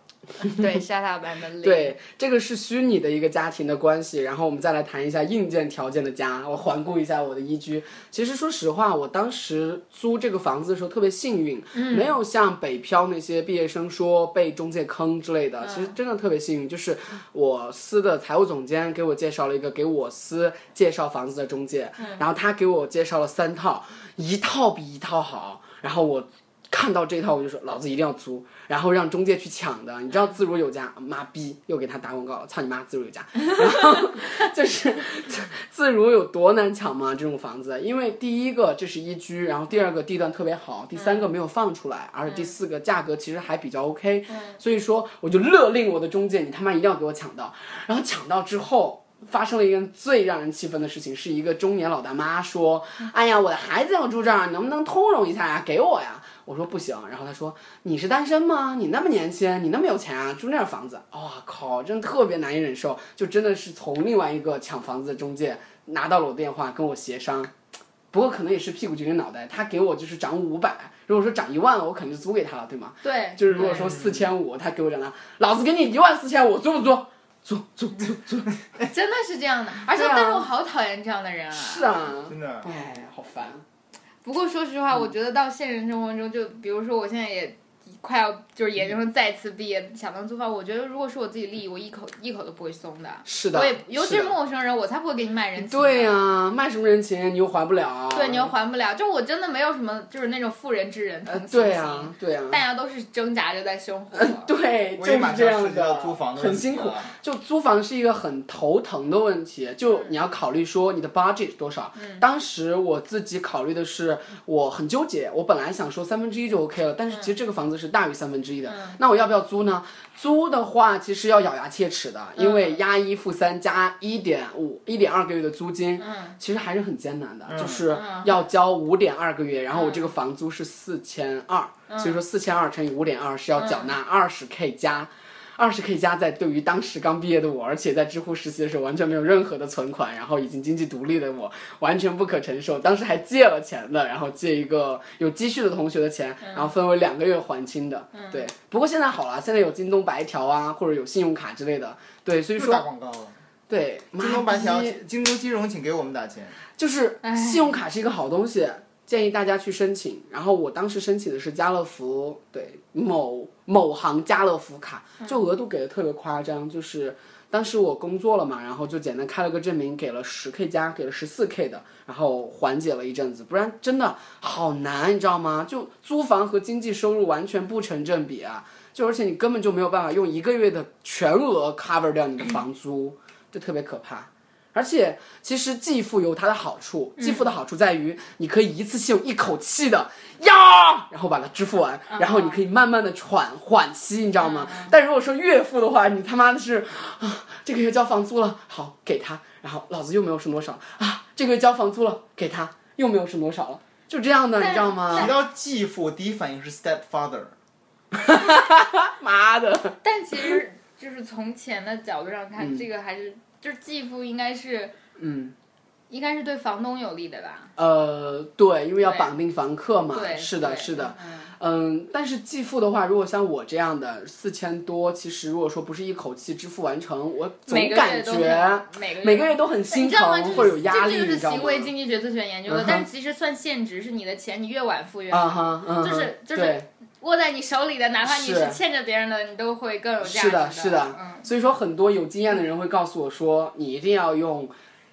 Speaker 3: 对 shut up and leave。
Speaker 2: 对，这个是虚拟的一个家庭的关系，然后我们再来谈一下硬件条件的家。我环顾一下我的一居，其实说实话，我当时租这个房子的时候特别幸运，没有像北漂那些毕业生说被中介坑之类的，其实真的特别幸运。就是我司的财务总监给我介绍了一个给我司介绍房子的中介，然后他给我介绍了三套，一套比一套好，然后我。看到这套我就说老子一定要租，然后让中介去抢的。你知道自如有家，妈逼又给他打广告了，操你妈自如有家。 然后就是自如有多难抢吗？这种房子，因为第一个这是一居，然后第二个地段特别好，第三个没有放出来，而且第四个价格其实还比较 OK。所以说我就勒令我的中介，你他妈一定要给我抢到。然后抢到之后。发生了一件最让人气愤的事情，是一个中年老大妈说：“哎呀，我的孩子要住这儿，你能不能通融一下呀？给我呀！”我说不行，然后她说：“你是单身吗？你那么年轻，你那么有钱啊，住那儿房子？”哇、靠，真的特别难以忍受，就真的是从另外一个抢房子的中介拿到了我电话，跟我协商。不过可能也是屁股决定脑袋，他给我就是涨五百，如果说涨一万了，我肯定就租给他了，对吗？
Speaker 3: 对，
Speaker 2: 就是如果说四千五，他给我涨到，老子给你一万四千五，租不租？租租 租租。
Speaker 3: 对真的是这样的，而且
Speaker 2: 对啊
Speaker 3: 但是我好讨厌这样的人啊。
Speaker 2: 是啊，
Speaker 4: 真的，
Speaker 2: 哎，好烦。
Speaker 3: 不过说实话，
Speaker 2: 嗯
Speaker 3: 我觉得到现实生活中，就比如说我现在也快要就是研究生再次毕业，想当租房，我觉得如果是我自己利益，我一口一口都不会松的。
Speaker 2: 是的，
Speaker 3: 我也尤其
Speaker 2: 是
Speaker 3: 是
Speaker 2: 的
Speaker 3: 陌生人，我才不会给你卖人情。啊
Speaker 2: 对呀、啊卖什么人情，你又还不了。
Speaker 3: 对，你又还不了，就我真的没有什么，就是那种妇人之仁同情心。
Speaker 2: 呃对啊呀，对呀、
Speaker 3: 大家都是挣扎着在生活。
Speaker 2: 对，
Speaker 4: 我
Speaker 2: 就
Speaker 4: 也
Speaker 2: 是
Speaker 4: 马
Speaker 2: 这
Speaker 4: 上涉
Speaker 2: 样
Speaker 4: 及
Speaker 2: 的，
Speaker 4: 到租房的问
Speaker 2: 很
Speaker 4: 题啊
Speaker 2: 辛苦。
Speaker 4: 了
Speaker 2: 就租房是一个很头疼的问题，就你要考虑说你的 budget 多少。当时我自己考虑的是，我很纠结，我本来想说三分之一就 OK 了，但是其实这个房子是大于三分之一的，那我要不要租呢？租的话，其实要咬牙切齿的，因为押一付三加一点五、一点二个月的租金，其实还是很艰难的，就是要交五点二个月，然后我这个房租是四千二，所以说四千二乘以五点二是要缴纳二十 K 加。二十 K 加在对于当时刚毕业的我，而且在知乎实习的时候完全没有任何的存款，然后已经经济独立的我，完全不可承受。当时还借了钱的，然后借一个有积蓄的同学的钱，然后分为两个月还清的。对，不过现在好了，现在有京东白条啊，或者有信用卡之类的。对，所以
Speaker 4: 又打
Speaker 2: 说
Speaker 4: 广告啊了。
Speaker 2: 对，
Speaker 4: 京东白条
Speaker 2: 妈逼，
Speaker 4: 京东金融，请给我们打钱。
Speaker 2: 就是
Speaker 3: 唉
Speaker 2: 信用卡是一个好东西，建议大家去申请。然后我当时申请的是家乐福，对某某行家乐福卡，就额度给的特别夸张，就是。当时我工作了嘛，然后就简单开了个证明，给了十 K 加，给了十四 K 的，然后缓解了一阵子，不然真的好难，你知道吗？就租房和经济收入完全不成正比啊！就而且你根本就没有办法用一个月的全额 cover 掉你的房租，这特别可怕。而且其实继父有它的好处，继父的好处在于你可以一次性一口气的呀，然后把它支付完，然后你可以慢慢的喘缓息，你知道吗？但如果说岳父的话，你他妈的是啊，这个月交房租了，好给他，然后老子又没有剩多少啊，这个月交房租了，给他又没有剩多少了，就这样的，你知道吗
Speaker 4: 提？到继父，我第一反应是 stepfather。
Speaker 2: 妈的，
Speaker 3: 但其实就是从钱的角度上看，这个还是就是继父应该是
Speaker 2: 嗯。
Speaker 3: 应该是对房东有利的吧？
Speaker 2: 呃，对，因为要
Speaker 3: 对
Speaker 2: 绑定房客嘛，
Speaker 3: 对，
Speaker 2: 是的，
Speaker 3: 对
Speaker 2: 是的，，
Speaker 3: 嗯
Speaker 2: 嗯，但是继父的话，如果像我这样的四千多，其实如果说不是一口气支付完成，我总
Speaker 3: 每个
Speaker 2: 感
Speaker 3: 月都
Speaker 2: 觉
Speaker 3: 很每个
Speaker 2: 每个月都很心
Speaker 3: 你知道吗？
Speaker 2: 疼
Speaker 3: 这
Speaker 2: 或者有
Speaker 3: 是
Speaker 2: 压力，
Speaker 3: 这就
Speaker 2: 你
Speaker 3: 是
Speaker 2: 知道
Speaker 3: 行
Speaker 2: 吗？
Speaker 3: 为经济决策学研
Speaker 2: 嗯
Speaker 3: 究的
Speaker 2: 哼，
Speaker 3: 但是其实算现值是你的钱，你越晚付越
Speaker 2: 啊
Speaker 3: 好。
Speaker 2: 哈，嗯哼，
Speaker 3: 就是就是
Speaker 2: 对，
Speaker 3: 握在你手里的，哪怕你
Speaker 2: 是
Speaker 3: 是欠着别人的，你都会更有价
Speaker 2: 是
Speaker 3: 值
Speaker 2: 的，是的。
Speaker 3: 嗯，
Speaker 2: 所以说，很多有经验的人会告诉我说，你一定要用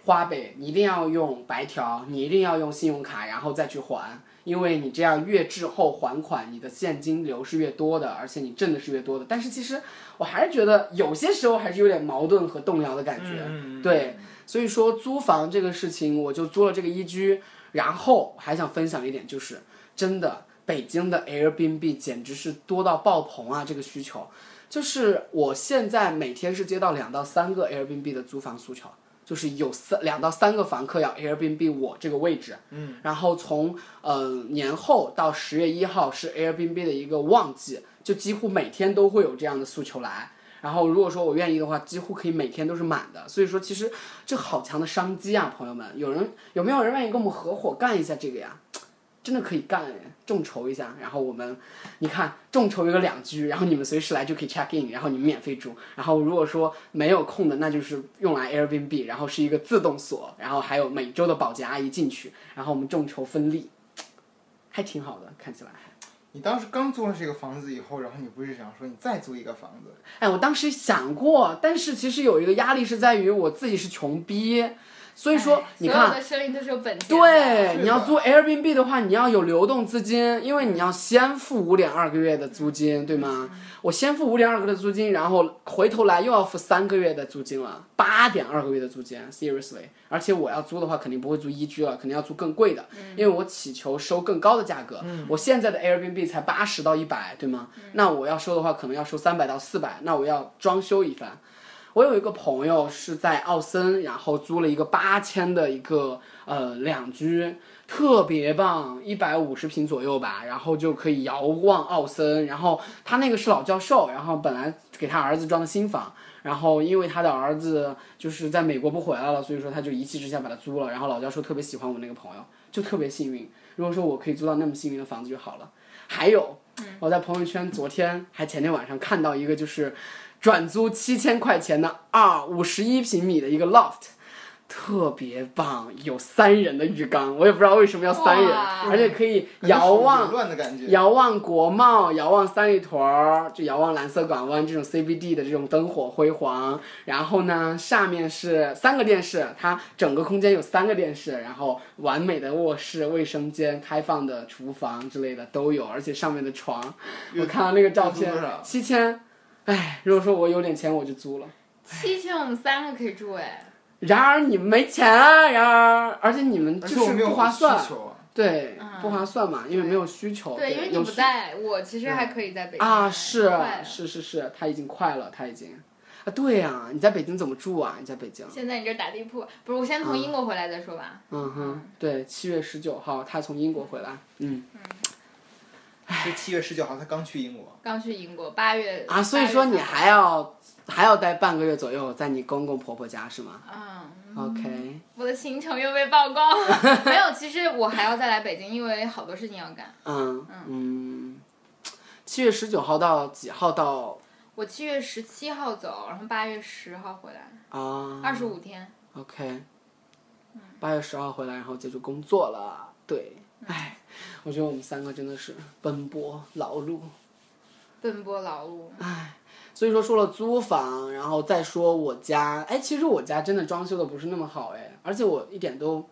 Speaker 2: 花呗，你一定要用白条，你一定要用信用卡，然后再去还，因为你这样越滞后还款，你的现金流是越多的，而且你挣的是越多的。但是其实我还是觉得有些时候还是有点矛盾和动摇的感觉。
Speaker 4: 嗯，
Speaker 2: 对，所以说租房这个事情，我就租了这个一居。然后还想分享一点，就是真的北京的 Airbnb 简直是多到爆棚啊！这个需求，就是我现在每天是接到两到三个 Airbnb 的租房诉求，就是有三两到三个房客要 Airbnb 我这个位置。嗯，然后从呃年后到十月一号是 Airbnb 的一个旺季，就几乎每天都会有这样的诉求来。然后如果说我愿意的话，几乎可以每天都是满的。所以说，其实这好强的商机啊，朋友们！有人有没有人愿意跟我们合伙干一下这个呀？真的可以干哎，众筹一下，然后我们，你看众筹一个两居，然后你们随时来就可以 check in，然后你们免费住。然后如果说没有空的，那就是用来 Airbnb，然后是一个自动锁，然后还有每周的保洁阿姨进去，然后我们众筹分利，还挺好的，看起来。
Speaker 4: 你当时刚租了这个房子以后，然后你不是想说你再租一个房子？
Speaker 2: 哎，我当时想过，但是其实有一个压力是在于我自己是穷逼，所以说你
Speaker 3: 哎所有
Speaker 2: 看，
Speaker 3: 的生意都是有本钱的。
Speaker 2: 对，
Speaker 4: 是
Speaker 2: 你要
Speaker 4: 的
Speaker 2: 租 Airbnb 的话，你要有流动资金，因为你要先付五点二个月的租金，对吗？我先付五点二个月的租金，然后回头来又要付三个月的租金了，八点二个月的租金，seriously。而且我要租的话，肯定不会租一居了，肯定要租更贵的，
Speaker 4: 嗯
Speaker 2: 因为我祈求收更高的价格。我现在的 Airbnb 才八
Speaker 4: 嗯
Speaker 2: 十到一百，对吗？那我要收的话，可能要收三百到四百，那我要装修一番。我有一个朋友是在奥森，然后租了一个八千的一个呃两居，特别棒，一百五十平左右吧，然后就可以遥望奥森。然后他那个是老教授，然后本来给他儿子装的新房，然后因为他的儿子就是在美国不回来了，所以说他就一气之下把它租了。然后老教授特别喜欢我那个朋友，就特别幸运。如果说我可以租到那么幸运的房子就好了。还有，我在朋友圈昨天还前天晚上看到一个就是转租七千块钱的二五十一平米的一个 loft。特别棒，有三人的浴缸，我也不知道为什么要三人
Speaker 3: 哇，
Speaker 2: 而且可以遥望
Speaker 4: 乱的感觉。
Speaker 2: 遥望国贸，遥望三里屯儿，就遥望蓝色港湾这种 CBD 的这种灯火辉煌。然后呢，下面是三个电视，它整个空间有三个电视，然后完美的卧室、卫生间、开放的厨房之类的都有，而且上面的床，我看到那个照片
Speaker 4: 月租多少，
Speaker 2: 七千。哎，如果说我有点钱，我就租了。
Speaker 3: 七千我们三个可以住哎，
Speaker 2: 然而你们没钱啊！然而，而且你们
Speaker 4: 而
Speaker 2: 就
Speaker 4: 且我
Speaker 2: 是
Speaker 4: 没有
Speaker 2: 不划算
Speaker 4: 需，求啊。
Speaker 2: 对，
Speaker 3: 嗯
Speaker 2: 不划算嘛，因为没有需求。
Speaker 3: 对，因为你
Speaker 2: 有
Speaker 3: 不
Speaker 2: 需
Speaker 3: 在，我其实还可以在北京
Speaker 2: 啊，
Speaker 3: 哎
Speaker 2: 是
Speaker 3: 快了
Speaker 2: 是是是，他已经快了，他已经啊，对呀、你在北京怎么住啊？你在北京，
Speaker 3: 现在你这打地铺，不是我先从英国回来再说吧。
Speaker 2: 嗯哼，对，七月十九号他从英国回来，嗯
Speaker 4: 这七月十九号他刚去英国，
Speaker 3: 刚去英国，八月
Speaker 2: 啊，所以说你还要还要待半个月左右在你公公婆婆家是吗
Speaker 3: 嗯，
Speaker 2: ？OK，
Speaker 3: 我的行程又被曝光了。 没有，其实我还要再来北京，因为好多事情要干。
Speaker 2: 嗯嗯，七月十九号到几号到
Speaker 3: 我七月十七号走，然后八月十号回来，
Speaker 2: 啊？
Speaker 3: 二十五天。
Speaker 2: OK，八月十号回来，然后接着工作了。对，
Speaker 3: 嗯
Speaker 2: 哎，我觉得我们三个真的是奔波劳碌。
Speaker 3: 奔波劳碌，
Speaker 2: 所以说说了租房，然后再说我家，哎，其实我家真的装修的不是那么好，哎，而且我一点都，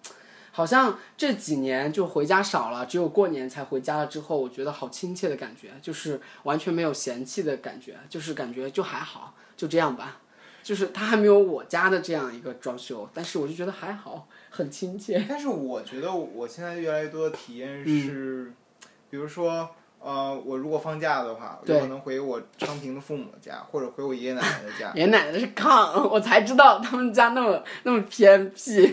Speaker 2: 好像这几年就回家少了，只有过年才回家了之后，我觉得好亲切的感觉，就是完全没有嫌弃的感觉，就是感觉就还好，就这样吧，就是它还没有我家的这样一个装修，但是我就觉得还好，很亲切，
Speaker 4: 但是我觉得我现在越来越多的体验
Speaker 2: 嗯
Speaker 4: 是，比如说。呃，我如果放假的话，有
Speaker 2: 对
Speaker 4: 可能回我昌平的父母的家，或者回我爷爷奶奶的 家。
Speaker 2: 爷爷奶奶是炕， 我才知道他们家那么那么偏僻，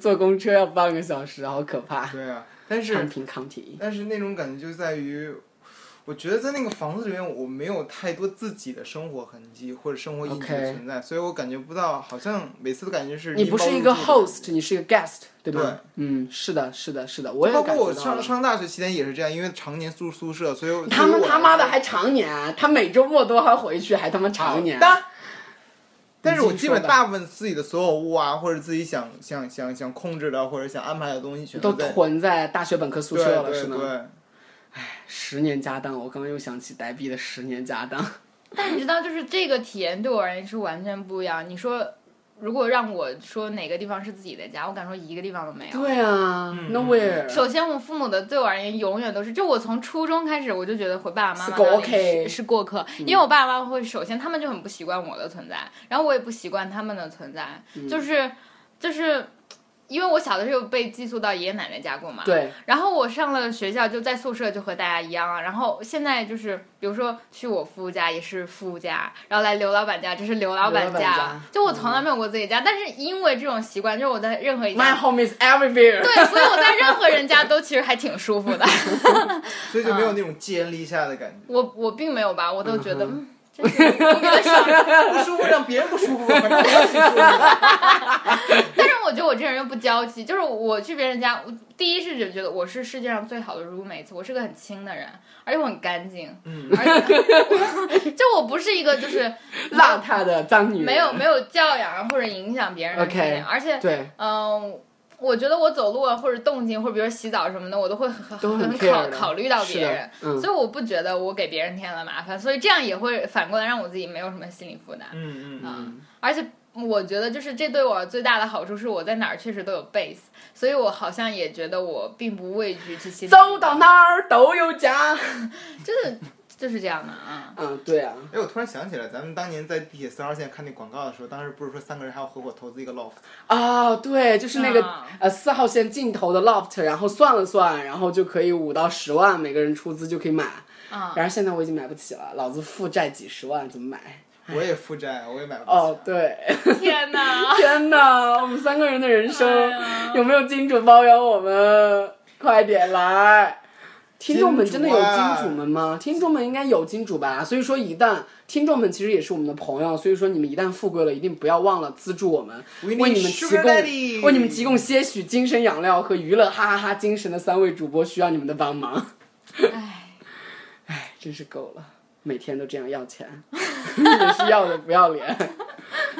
Speaker 2: 坐公车要半个小时，好可怕。
Speaker 4: 对啊，但是
Speaker 2: 康平康体，
Speaker 4: 但是那种感觉就在于，我觉得在那个房子里面，我没有太多自己的生活痕迹或者生活意义的
Speaker 2: OK
Speaker 4: 存在所以我感觉不到，好像每次都感觉是
Speaker 2: 你不是一个
Speaker 4: 拎包入住的
Speaker 2: host，你是一个 guest，对吧？
Speaker 4: 对
Speaker 2: 嗯，是的，是的，是的，我
Speaker 4: 感
Speaker 2: 也
Speaker 4: 觉包
Speaker 2: 感觉
Speaker 4: 括
Speaker 2: 到
Speaker 4: 我
Speaker 2: 了。
Speaker 4: 上上大学期间也是这样，因为常年住宿舍，所以
Speaker 2: 他们他妈的还
Speaker 4: 长。
Speaker 2: 常年，啊他每周末都还回去，还他妈常年。啊
Speaker 4: 但但是
Speaker 2: 你
Speaker 4: 我
Speaker 2: 继
Speaker 4: 基
Speaker 2: 续说
Speaker 4: 本大部分自己的所有物啊，或者自己想想想想控制的或者想安排的东西，全
Speaker 2: 都
Speaker 4: 在
Speaker 2: 囤在大学本科宿
Speaker 4: 对
Speaker 2: 舍了，
Speaker 4: 对
Speaker 2: 是吗？
Speaker 4: 对，
Speaker 2: 十年家当，我刚刚又想起呆逼的十年家当。
Speaker 3: 但你知道，就是这个体验对我而言是完全不一样。你说，如果让我说哪个地方是自己的家，我敢说一个地方都没有。
Speaker 2: 对啊
Speaker 4: 嗯
Speaker 2: ，nowhere。
Speaker 3: 首先，我父母的对我而言永远都是，就我从初中开始，我就觉得回爸爸妈
Speaker 2: 是
Speaker 3: 妈
Speaker 2: 个
Speaker 3: 那里
Speaker 2: OK 嗯
Speaker 3: 是是过客，因为我爸爸妈妈会首先他们就很不习惯我的存在，然后我也不习惯他们的存在，
Speaker 2: 嗯
Speaker 3: 就是就是因为我小的时候被寄宿到爷爷奶奶家过嘛，
Speaker 2: 对，
Speaker 3: 然后我上了学校就在宿舍就和大家一样啊，然后现在就是比如说去我夫家也是夫家，然后来刘老板家这是刘老板
Speaker 2: 刘老板家
Speaker 3: 就我从来没有过自己家，但是因为这种习惯，就是我在任何一家
Speaker 2: My home is everywhere。
Speaker 3: 对，所以我在任何人家都其实还挺舒服的。
Speaker 4: 所以就没
Speaker 2: 啊
Speaker 4: 有那种寄人篱下的感觉，
Speaker 3: 我我并没有吧，我都觉得，嗯，真是我比他爽。
Speaker 4: 不舒服让别人不舒服，反正我也舒服。
Speaker 3: 但是我觉得我这人又不娇气，就是我去别人家，我第一是就觉得我是世界上最好的 roommate，我是个很亲的人，而且我很干净，
Speaker 4: 嗯
Speaker 3: 而且 就我不是一个就是
Speaker 2: 邋遢的脏女人。
Speaker 3: 没有没有教养啊或者影响别人的
Speaker 2: OK
Speaker 3: 这点，而且
Speaker 2: 对，
Speaker 3: 嗯。我觉得我走路啊，或者动静，或者比如洗澡什么的，我都会很
Speaker 2: 都很
Speaker 3: 很
Speaker 2: care
Speaker 3: 考
Speaker 2: 的
Speaker 3: 考虑到
Speaker 2: 是
Speaker 3: 别
Speaker 2: 的
Speaker 3: 人，
Speaker 2: 嗯
Speaker 3: 所以我不觉得我给别人添了麻烦，所以这样也会反过来让我自己没有什么心理负担。
Speaker 4: 嗯嗯，
Speaker 3: 嗯，而且我觉得就是这对我最大的好处是我在哪儿确实都有 base，所以我好像也觉得我并不畏惧这些。
Speaker 2: 走到哪儿都有家。
Speaker 3: 就是就是这样的啊。
Speaker 2: 嗯，对啊。
Speaker 4: 哎，我突然想起来，咱们当年在地铁三号线看那广告的时候，当时不是说三个人还要合伙投资一个 loft，
Speaker 2: 啊，对，就是那个、
Speaker 3: 啊
Speaker 2: 呃四号线尽头的 loft，然后算了算，然后就可以五到十万每个人出资就可以买。
Speaker 3: 啊
Speaker 2: 然而现在我已经买不起了，老子负债几十万，怎么买？
Speaker 4: 我也负债，我也买不起。
Speaker 2: 哎哦，对，
Speaker 3: 天 哪！
Speaker 2: 天哪，我们三个人的人生、
Speaker 3: 哎呀
Speaker 2: 有没有金主包养我们？快点来！听众们真的有
Speaker 4: 金主啊
Speaker 2: 金主们吗？听众们应该有金主吧？所以说，一旦听众们其实也是我们的朋友，所以说你们一旦富贵了，一定不要忘了资助我们，
Speaker 4: We
Speaker 2: 为
Speaker 4: need
Speaker 2: 你们提
Speaker 4: sugar
Speaker 2: 供
Speaker 4: daddy
Speaker 2: 为你们提供些许精神养料和娱乐，哈哈哈精神的三位主播需要你们的帮忙，
Speaker 3: 哎，
Speaker 2: 真是够了，每天都这样要钱， 也是要的不要脸。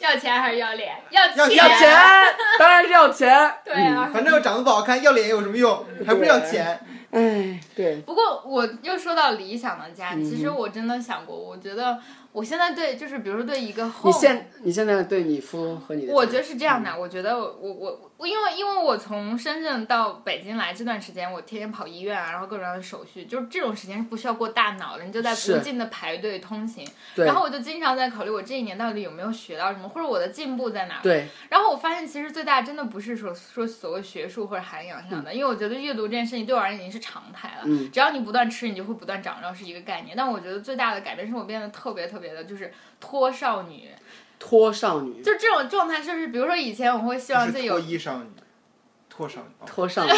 Speaker 3: 要钱还是要脸？要
Speaker 4: 要
Speaker 2: 要钱，嗯当然是要钱。
Speaker 3: 对啊。
Speaker 4: 反正我长得不好看，要脸有什么用？还不是要钱？
Speaker 2: 哎，对，
Speaker 3: 不过我又说到理想的家，
Speaker 2: 嗯
Speaker 3: 其实我真的想过，我觉得我现在对，就是比如说对一个后
Speaker 2: 你，现你现在对你夫和你的，
Speaker 3: 哦我觉得是这样的，我觉得我我我，因为因为我从深圳到北京来这段时间，我天天跑医院啊，然后各种各样的手续，就是这种时间是不需要过大脑的，你就在
Speaker 2: 是
Speaker 3: 不尽的排队通勤。
Speaker 2: 对
Speaker 3: 然后我就经常在考虑我这一年到底有没有学到什么，或者我的进步在哪儿。
Speaker 2: 对
Speaker 3: 然后我发现，其实最大真的不是说说所谓学术或者涵养上的，因为我觉得阅读这件事情对我而言已经是常态了。
Speaker 2: 嗯
Speaker 3: 只要你不断吃，你就会不断长肉，是一个概念。但我觉得最大的改变是我变得特别特别的，就是脱少女，
Speaker 2: 脱少女，
Speaker 3: 就这种状态，就是比如说以前我会希望
Speaker 4: 是
Speaker 3: 自己
Speaker 4: 脱
Speaker 3: 有
Speaker 4: 衣少女，脱少女。哦
Speaker 2: 脱少女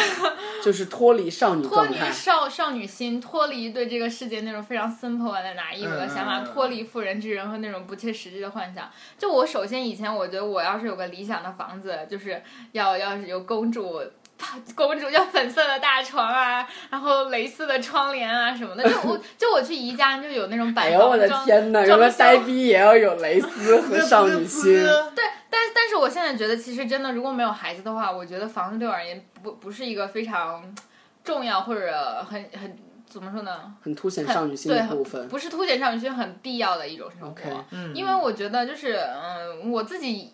Speaker 2: 就是脱离少女
Speaker 3: 脱
Speaker 2: 状
Speaker 3: 离
Speaker 2: 态。哎
Speaker 3: 少少女心，脱离对这个世界那种非常 simple 的拿衣服的想法，
Speaker 4: 嗯嗯嗯
Speaker 3: 脱离妇人之仁和那种不切实际的幻想。就我首先以前我觉得我要是有个理想的房子，就是要要是有公主。 公主要粉色的大床啊，然后蕾丝的窗帘啊什么的，就我就我去宜家就有那种
Speaker 2: 哎
Speaker 3: 板
Speaker 2: 呦我
Speaker 3: 房
Speaker 2: 的
Speaker 3: 装
Speaker 2: 天哪！
Speaker 3: 装
Speaker 2: 原来
Speaker 3: 修
Speaker 2: 呆逼也要有蕾丝 和少女心。
Speaker 3: 对，但但是我现在觉得，其实真的，如果没有孩子的话，我觉得房子对我而言不不是一个非常重要或者很很怎么说呢，
Speaker 2: 很凸显
Speaker 3: 很
Speaker 2: 少女心
Speaker 3: 对
Speaker 2: 的
Speaker 3: 很
Speaker 2: 部分。
Speaker 3: 不是凸显少女心很必要的一种生活。
Speaker 2: OK，
Speaker 4: 嗯
Speaker 3: 因为我觉得就是嗯，我自己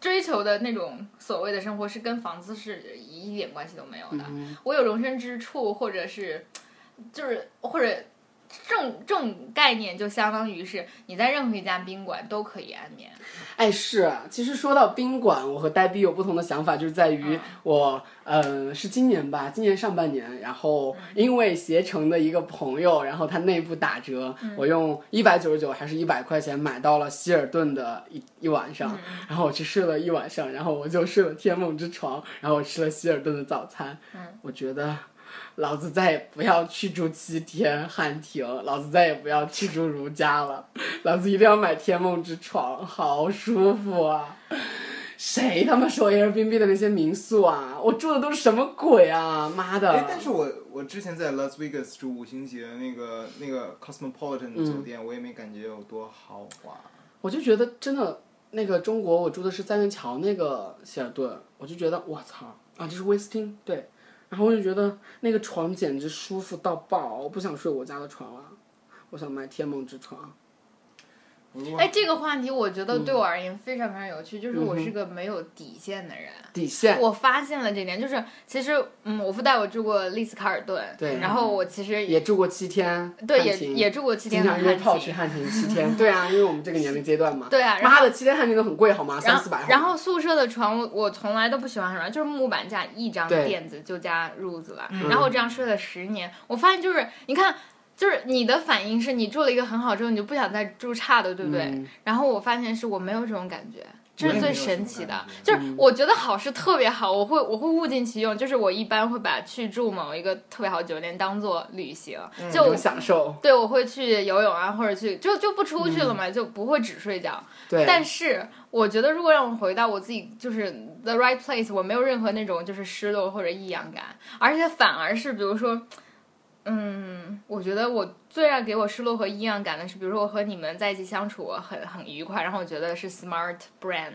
Speaker 3: 追求的那种所谓的生活是跟房子是一点关系都没有的。
Speaker 2: 嗯，
Speaker 3: 我有容身之处，或者是就是或者这种这种概念，就相当于是你在任何一家宾馆都可以安眠。
Speaker 2: 哎是啊，其实说到宾馆，我和呆逼有不同的想法，就是在于
Speaker 3: 嗯
Speaker 2: 我，呃，是今年吧，今年上半年，然后因为携程的一个朋友，然后它内部打折，我用一百九十九还是一百块钱买到了希尔顿的一一晚上，然后我去睡了一晚上，然后我就睡了天梦之床，然后我吃了希尔顿的早餐，我觉得。老子再也不要去住七天汉庭，老子再也不要去住如家了， 老子一定要买天梦之床，好舒服啊！谁他妈说 Airbnb 的那些民宿啊？我住的都是什么鬼啊？妈的！
Speaker 4: 哎，但是我我之前在 Las Vegas 住五星级的那个那个 Cosmopolitan
Speaker 2: 嗯
Speaker 4: 的酒店，我也没感觉有多豪华。
Speaker 2: 我就觉得真的，那个中国我住的是三元桥那个希尔顿，我就觉得我操啊，这是威斯汀对，然后我就觉得那个床简直舒服到爆，我不想睡我家的床了，我想买天梦之床。
Speaker 4: 如果
Speaker 3: 哎，这个话题我觉得对我而言非常非常有趣，就是我是个没有底线的人。
Speaker 2: 底线
Speaker 3: 我发现了这点，就是其实，嗯，我附带我住过丽思卡尔顿，
Speaker 2: 对
Speaker 3: 然后我其实
Speaker 2: 也住过七天，
Speaker 3: 对
Speaker 2: 汉
Speaker 3: 也
Speaker 2: 庭
Speaker 3: 也住过七天
Speaker 2: 经
Speaker 3: 的
Speaker 2: 常约炮
Speaker 3: 汉
Speaker 2: 去
Speaker 3: 庭，
Speaker 2: 汉庭七 天，对啊，因为我们这个年龄阶段嘛。
Speaker 3: 对啊，然后
Speaker 2: 妈的，七天汉庭都很贵好吗？
Speaker 3: 然
Speaker 2: 三四
Speaker 3: 后
Speaker 2: 百好吗。
Speaker 3: 然后宿舍的床我我从来都不喜欢什么，就是木板加一张
Speaker 2: 对
Speaker 3: 垫子就加褥子了，
Speaker 4: 嗯
Speaker 3: 然后我这样睡了十年，我发现就是你看。就是你的反应是你住了一个很好之后，你就不想再住差的，对不对？
Speaker 2: 嗯
Speaker 3: 然后我发现是我没有这种感觉，这
Speaker 4: 我
Speaker 3: 是最
Speaker 4: 也没有这
Speaker 3: 神
Speaker 4: 种
Speaker 3: 奇的
Speaker 4: 感。觉嗯
Speaker 3: 就是我觉得好是特别好，我会我会物尽其用，就是我一般会把去住某一个特别好的酒店当做旅行，
Speaker 4: 嗯
Speaker 3: 就
Speaker 2: 有享受，
Speaker 3: 对我会去游泳啊，或者去就就不出去
Speaker 4: 嗯
Speaker 3: 了嘛，就不会只睡觉。
Speaker 2: 对，
Speaker 3: 但是我觉得，如果让我回到我自己，就是 the right place，我没有任何那种就是失落或者异样感，而且反而是比如说，嗯，我觉得我最让给我失落和异样感的是，比如说我和你们在一起相处我很很愉快，然后我觉得是 smart brand，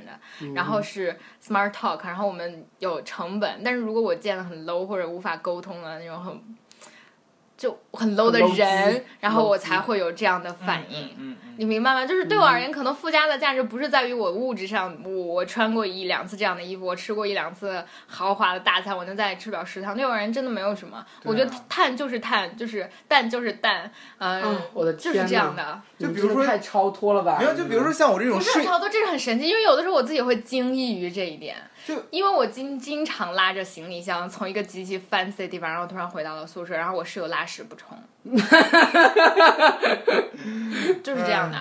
Speaker 3: 然
Speaker 2: 嗯
Speaker 3: 后是 smart talk，然后我们有成本，但是如果我见了很 low 或者无法沟通的那种很。就很 low 的
Speaker 2: low 资
Speaker 3: 人，然后
Speaker 2: low
Speaker 3: 我
Speaker 2: 资
Speaker 3: 才会有这样的反应。
Speaker 4: 嗯嗯，
Speaker 3: 你明白吗？就是对我而言，可能附加的价值不是在于我物质上，我我穿过一两次这样的衣服，我吃过一两次豪华的大餐，我能在吃不了食堂，对我而言真的没有什么。
Speaker 4: 对
Speaker 3: 我
Speaker 4: 啊
Speaker 3: 觉得碳就是碳，就是蛋就是蛋，嗯、
Speaker 2: 啊我的
Speaker 3: 就
Speaker 2: 天呐，
Speaker 3: 是这样的。
Speaker 2: 你们
Speaker 4: 就比如
Speaker 2: 真的
Speaker 4: 说
Speaker 2: 太超脱了吧？嗯
Speaker 4: 没有，就比如说像我这种
Speaker 3: 不是
Speaker 4: 睡
Speaker 3: 很，超脱，这是很神奇，因为有的时候我自己会惊异于这一点，
Speaker 4: 就
Speaker 3: 因为我经经常拉着行李箱从一个极其 fancy 的地方，然后突然回到了宿舍，然后我室友拉屎不冲虫，就是这样的。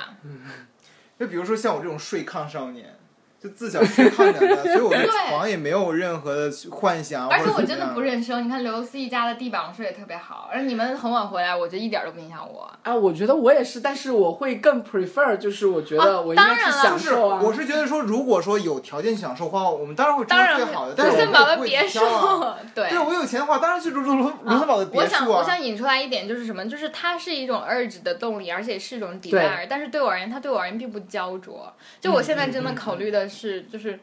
Speaker 4: 就比如说像我这种睡炕少年，就自小睡炕长大，所 以我对床也没有任何的幻想。
Speaker 3: 而且
Speaker 4: 或
Speaker 3: 我
Speaker 4: 者怎
Speaker 3: 真
Speaker 4: 么样
Speaker 3: 的不认生，你看刘思怡家的地板睡得特别好，而你们很晚回来，我觉得一点都不影响我。
Speaker 2: 啊，我觉得我也是，但是我会更 prefer，就是我觉得
Speaker 3: 啊
Speaker 2: 我应该
Speaker 3: 当然
Speaker 2: 去
Speaker 3: 了
Speaker 2: 享
Speaker 4: 就是，
Speaker 2: 受啊。
Speaker 4: 我是觉得说，如果说有条件享受的话，我们当然会住
Speaker 3: 当然
Speaker 4: 最好的，但
Speaker 3: 卢
Speaker 4: 是
Speaker 3: 森堡的
Speaker 4: 我们也
Speaker 3: 别墅
Speaker 4: 不会 挑啊，
Speaker 3: 对
Speaker 4: 对我有钱的话，当然去住卢卢森堡的
Speaker 3: 我
Speaker 4: 别
Speaker 3: 想，
Speaker 4: 墅
Speaker 3: 我
Speaker 4: 啊。
Speaker 3: 想引出来一点就是什么，就是它是一种 urge 的动力，而且是一种 desire，但是对我而言，它对我而言并不焦灼。就我现在真的考虑的是，就是。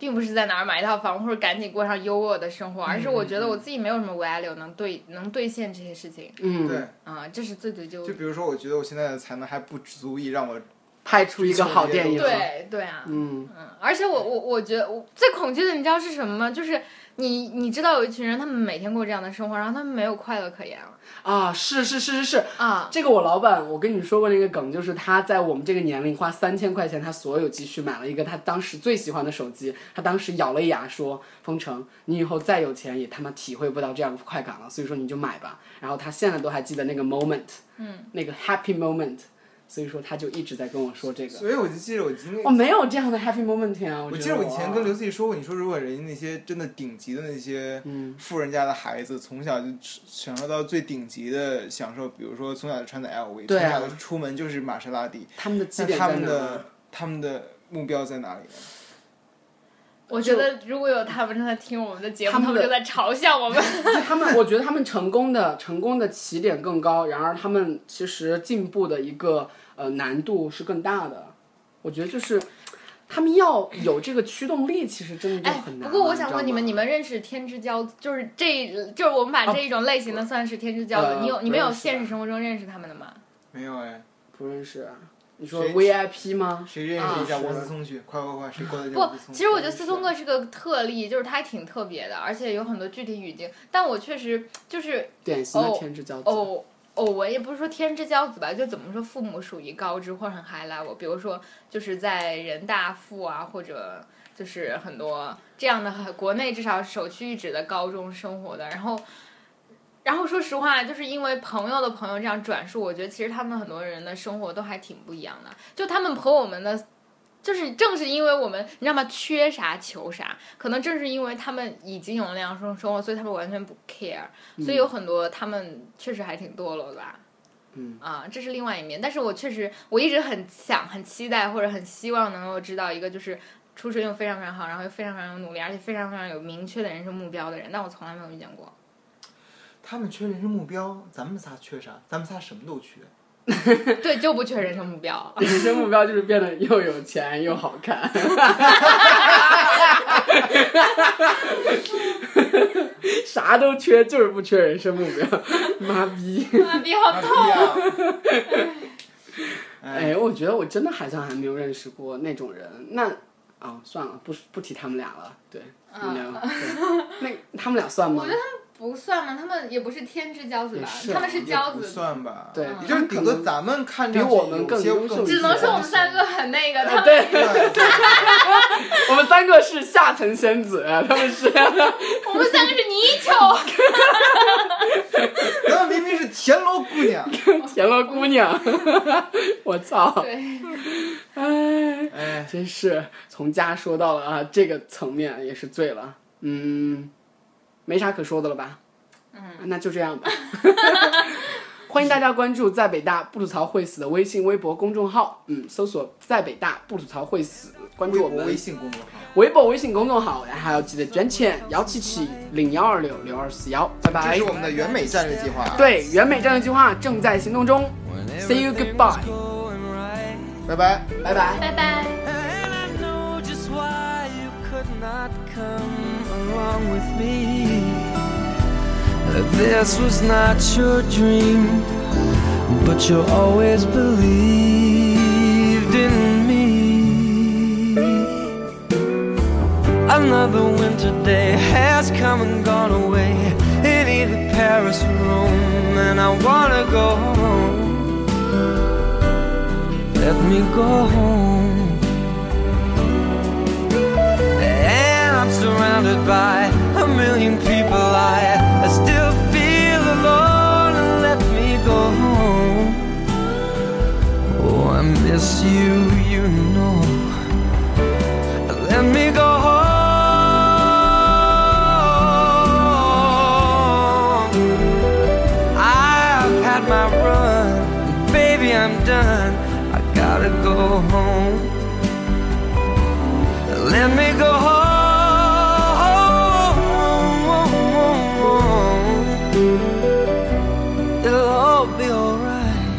Speaker 3: 并不是在哪儿买一套房，或者赶紧过上优渥的生活，而是我觉得我自己没有什么 value 能对能兑现这些事情
Speaker 2: 嗯，
Speaker 4: 对，
Speaker 3: 啊、这是最最就
Speaker 4: 就比如说，我觉得我现在的才能还不足以让我
Speaker 2: 拍出一个好电影。
Speaker 4: 对
Speaker 3: 对对啊，
Speaker 2: 嗯，
Speaker 3: 嗯，而且我我我觉得我最恐惧的，你知道是什么吗？就是你你知道有一群人，他们每天过这样的生活，然后他们没有快乐可言了
Speaker 2: 啊，是是是是是，
Speaker 3: 啊。
Speaker 2: 这个我老板，我跟你说过那个梗，就是他在我们这个年龄花三千块钱，他所有积蓄买了一个他当时最喜欢的手机。他当时咬了一牙说：“封城，你以后再有钱也他妈体会不到这样的快感了，所以说你就买吧。”然后他现在都还记得那个 moment，嗯，那个 happy moment，所以说他就一直在跟我说这个。
Speaker 4: 所以我就记得我今天
Speaker 3: 哦
Speaker 2: 我，没有这样的 happy moment 啊！
Speaker 4: 我
Speaker 2: 觉
Speaker 4: 记
Speaker 2: 得
Speaker 4: 得
Speaker 2: 我
Speaker 4: 我以前跟刘思怡说过，你说如果人家那些真的顶级的那些
Speaker 2: 嗯
Speaker 4: 富人家的孩子，从小就享受到最顶级的享受，比如说从小就穿的 LV，
Speaker 2: 对
Speaker 4: 从
Speaker 2: 啊
Speaker 4: 小就出门就是玛莎拉蒂，
Speaker 2: 他们的基
Speaker 4: 那
Speaker 2: 点
Speaker 4: 他
Speaker 2: 在
Speaker 4: 们
Speaker 2: 哪儿啊
Speaker 4: 的？他们的目标在哪里呢？
Speaker 3: 我觉得如果有他们正在听我们的节目，
Speaker 2: 他
Speaker 3: 他
Speaker 2: 们的
Speaker 3: 们就在嘲笑我们。
Speaker 2: 就他们，我觉得他们成功的 成功的起点更高，然而他们其实进步的一个呃难度是更大的。我觉得就是他们要有这个驱动力，其实真的就
Speaker 3: 哎
Speaker 2: 很，难了。啊
Speaker 3: 不过我想问你
Speaker 2: 知道吗哦
Speaker 3: 们，你们认识天之骄子，就是这就是我们把这一种类型的算是天之骄子。
Speaker 2: 呃
Speaker 3: 你有
Speaker 2: 不
Speaker 3: 你们有
Speaker 2: 认识
Speaker 3: 现实生活中认识他们的吗？
Speaker 4: 没有哎，
Speaker 2: 不认识啊？你说
Speaker 4: 谁
Speaker 2: VIP 吗？
Speaker 4: 谁认识一下
Speaker 2: 啊
Speaker 4: 王思聪去？快快快，谁过得
Speaker 3: 不
Speaker 4: 了思，聪？
Speaker 3: 其实我觉得思聪哥是个特例，就是他还挺特别的，而且有很多具体语境。但我确实就是
Speaker 2: 典型的
Speaker 3: 哦
Speaker 2: 天之骄子。
Speaker 3: 偶偶闻，也不是说天之骄子吧，就怎么说，父母属于高知或者很 high level，比如说就是在人大附啊，或者就是很多这样的很国内至少首屈一指的高中生活的，然后。然后说实话，就是因为朋友的朋友这样转述，我觉得其实他们很多人的生活都还挺不一样的。就他们和我们的，就是正是因为我们，你知道吗？缺啥求啥，可能正是因为他们已经有那样生生活，所以他们完全不 care。所以有很多他们确实还挺堕落的吧。
Speaker 2: 嗯
Speaker 3: 啊，这是另外一面，但是我确实我一直很想、很期待或者很希望能够知道一个就是出身又非常非常好，然后又非常非常有努力，而且非常非常有明确的人生目标的人，但我从来没有遇见 过。
Speaker 4: 他们缺人生目标，咱们仨缺啥？咱们仨什么都缺。
Speaker 3: 对，就不缺人生目 标。
Speaker 2: 人生目标就是变得又有钱又好看。 啥都缺，就是不缺人生目标。妈逼！
Speaker 3: 妈逼，好痛！啊
Speaker 4: 哎，
Speaker 2: 哎，我觉得我真的好像还没有认识过那种人。那啊，算了，不不提他们俩了。对，你聊。对那他们俩算吗？
Speaker 3: 不算吗？他们也不是天之骄子吧？
Speaker 2: 也是啊
Speaker 3: 他们是
Speaker 4: 也
Speaker 3: 骄
Speaker 4: 不
Speaker 3: 子，嗯
Speaker 4: 算吧？
Speaker 2: 对
Speaker 4: 也就是顶多咱们看
Speaker 2: 比
Speaker 4: 着
Speaker 2: 我们更优秀一些
Speaker 3: 只能说我们三个很那个，他们
Speaker 4: 对，
Speaker 2: 哎我们三个是下层仙子，他们是
Speaker 3: 我们三个是泥鳅。
Speaker 4: 咱们明明是田螺 姑娘。
Speaker 2: 田螺姑娘。 我操！
Speaker 3: 对，
Speaker 2: 哎，
Speaker 4: 哎，
Speaker 2: 真是从家说到了啊，这个层面也是醉了。嗯，没啥可说的了吧？嗯，那就这样吧。 欢迎大家关注在北大不吐槽会死的微信、微博公众号，嗯，搜索在北大不吐槽会死，关
Speaker 4: 微
Speaker 2: 注
Speaker 4: 博
Speaker 2: 我们
Speaker 4: 微信公众号。
Speaker 2: 微博、微信公众号，还要记得捐钱，幺七七零幺二六六二四幺，拜
Speaker 4: 这
Speaker 2: 拜
Speaker 4: 是。我们的原美战略计划。，
Speaker 2: 对，原美战略计划正在行动中，See you goodbye，
Speaker 1: Going right.
Speaker 4: 拜拜。
Speaker 2: 拜拜。
Speaker 3: 拜拜。
Speaker 1: And I know just why you could not come along with me. This was not your dream, but you always believed in me. Another winter day has come and gone away in either Paris or Rome, and I wanna go home. Let me go home. And I'm surrounded by a million people. I, I still feel alone. Let me Oh, miss you, you know. Let me go home. I've had my run, baby, I'm done. I gotta go home. Let me go home. It'll all be alright.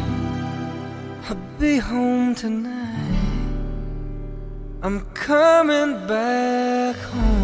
Speaker 1: I'll be home tonight. I'm coming back home.